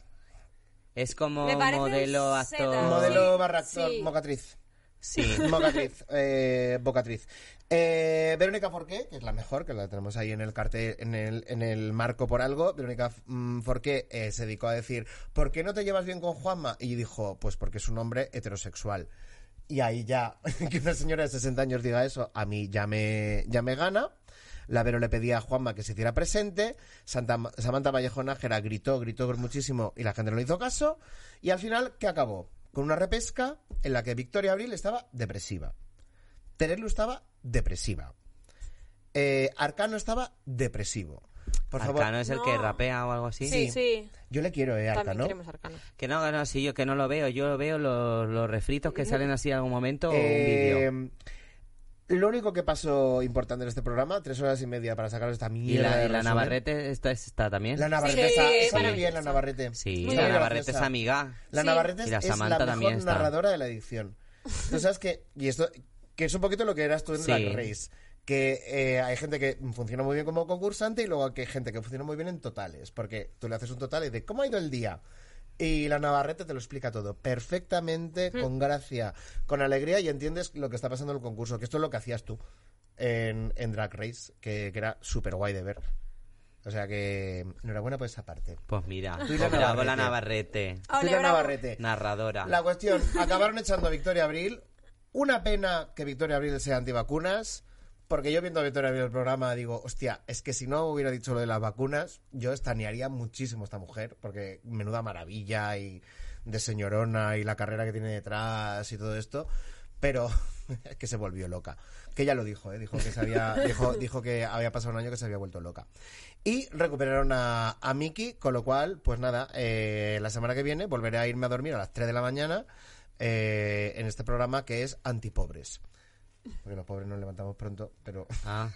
Es como
Me parece un
modelo,
seda.
actor.
Ah,
Modelo barra actor,
sí.
mocatriz.
Sí.
Bocatriz. Eh, Bocatriz. Eh, Verónica Forqué, que es la mejor, que la tenemos ahí en el cartel, en el, en el marco por algo. Verónica mm, Forqué eh, se dedicó a decir, ¿por qué no te llevas bien con Juanma? Y dijo, pues porque es un hombre heterosexual. Y ahí ya, que una señora de 60 años diga eso, a mí ya me, ya me gana. La Vero le pedía a Juanma que se hiciera presente. Santa, Samantha Vallejo Nájera gritó, gritó muchísimo y la gente no le hizo caso. Y al final, ¿qué acabó? Con una repesca en la que Victoria Abril estaba depresiva. Terelu estaba depresiva. Eh, Arcano estaba depresivo. Por favor,
Arcano es el que
No.
rapea o algo así.
Sí, sí.
yo le quiero, eh,
También
Arcano.
queremos Arcano.
Que no, no, sí, yo que no lo veo. Yo veo los, los refritos que salen así en algún momento o un vídeo.
Eh, lo único que pasó importante en este programa, tres horas y media para sacar esta
Y
mierda.
la,
de
y la
resumen.
Navarrete está, está también.
La Navarrete
Sí,
está-
es
está muy bien,
maravillosa.
la Navarrete.
sí,
Muy
la
bien,
Navarrete es
graciosa.
amiga.
La
Sí.
Navarrete
Y la
es la
Samantha
mejor
también está.
narradora de la edición. Tú sabes que, y esto, que es un poquito lo que eras tú en
Sí.
Drag Race, que eh, hay gente que funciona muy bien como concursante y luego que hay gente que funciona muy bien en totales, porque tú le haces un total y de ¿cómo ha ido el día? Y la Navarrete te lo explica todo perfectamente,
Mm.
con gracia, con alegría y entiendes lo que está pasando en el concurso, que esto es lo que hacías tú en, en Drag Race, que, que era súper guay de ver. O sea que enhorabuena por esa parte.
Pues mira,
Tú y la
pues bravo la
Navarrete.
Navarrete.
Ole,
Soy la
bravo.
Navarrete.
Narradora.
La cuestión, acabaron echando a Victoria Abril. Una pena que Victoria Abril sea antivacunas, porque yo viendo a Victoria Abril el programa digo, hostia, es que si no hubiera dicho lo de las vacunas, yo estanearía muchísimo a esta mujer, porque menuda maravilla y de señorona y la carrera que tiene detrás y todo esto. Pero es que se volvió loca. Que ella lo dijo, ¿eh? dijo que se había, dijo, dijo que había pasado un año que se había vuelto loca. Y recuperaron a, a Miki, con lo cual, pues nada, eh, la semana que viene volveré a irme a dormir a las 3 de la mañana eh, en este programa que es Antipobres. Porque los pobres nos levantamos pronto, pero...
Ah.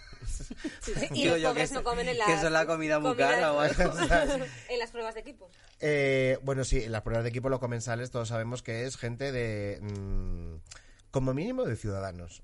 Y
Digo
los
yo
pobres
que-
no comen en las...
que eso es la comida muy cara o algo.
en las pruebas de equipo.
Eh, bueno, sí, en las pruebas de equipo los comensales todos sabemos que es gente de... mm, como mínimo de Ciudadanos.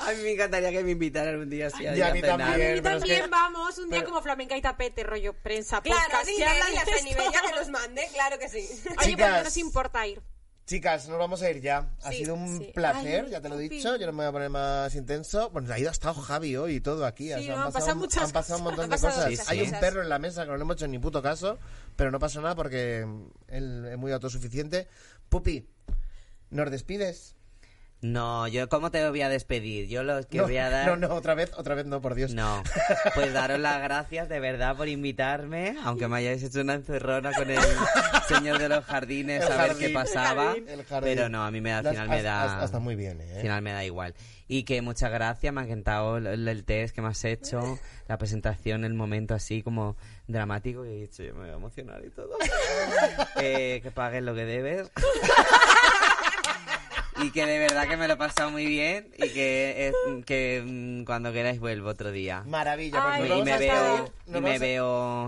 A mí me encantaría que me invitaran un día así a,
Y a mí
cenar.
también.
Y
Pero es que-
también vamos un día
pero-
como flamenca y tapete, rollo prensa,
Claro,
podcast,
dile,
y hablan
dile a
de
Jenny
esto.
Bella que nos mande, claro que sí.
Oye, pero no
Chicas.
nos importa ir.
Chicas, nos vamos a ir ya. Ha
Sí,
sido un
sí.
placer,
Ay,
ya te lo he
Juanpi.
dicho. Yo no me voy a poner más intenso. Bueno, ha ido hasta Javi hoy y todo aquí. o sea,
no, han pasado muchas
han pasado un
cosas.
montón
Han
de
pasado
cosas.
muchas
Hay un
cosas.
perro en la mesa que no le hemos hecho ni puto caso, pero no pasa nada porque él es muy autosuficiente. Pupi, ¿nos despides?
No, yo cómo te voy a despedir. Yo lo que
no,
voy a dar.
no, no, otra vez, otra vez no, por Dios.
No. Pues daros las gracias de verdad por invitarme, aunque me hayáis hecho una encerrona con el señor de los jardines
El
a ver
jardín.
qué pasaba.
El jardín.
Pero no, a mí me da, al
Las-
final me
has-
da.
has- hasta muy bien, ¿eh?
Al final me da igual. Y que muchas gracias, me ha encantado el, el test que me has hecho, la presentación, el momento así como dramático que he dicho, yo me voy a emocionar y todo. Eh, que pagues lo que debes. Y que de verdad que me lo he pasado muy bien y que, eh, que mm, cuando queráis vuelvo otro día.
Maravilla,
Ay,
pues
y
nos
me
vamos a
veo,
despedir-
y
nos
me
vamos a-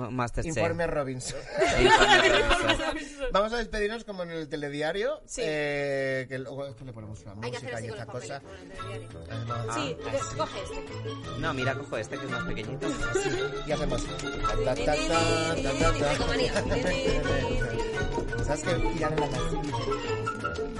veo Masterchef.
Informe Robinson.
Informe Robinson.
Vamos a despedirnos como en el telediario.
Sí.
eh, que luego es que le ponemos la
Hay que hacer
música
así
y
con los
estas cosas.
papeles. con el diario.
Además,
Sí,
Coge este.
No, mira, cojo este que es más pequeñito.
Y hacemos. Ta, ta, ta, ta, ta, ta.
Bricomanía.
¿Sabes qué? Tirar la taza.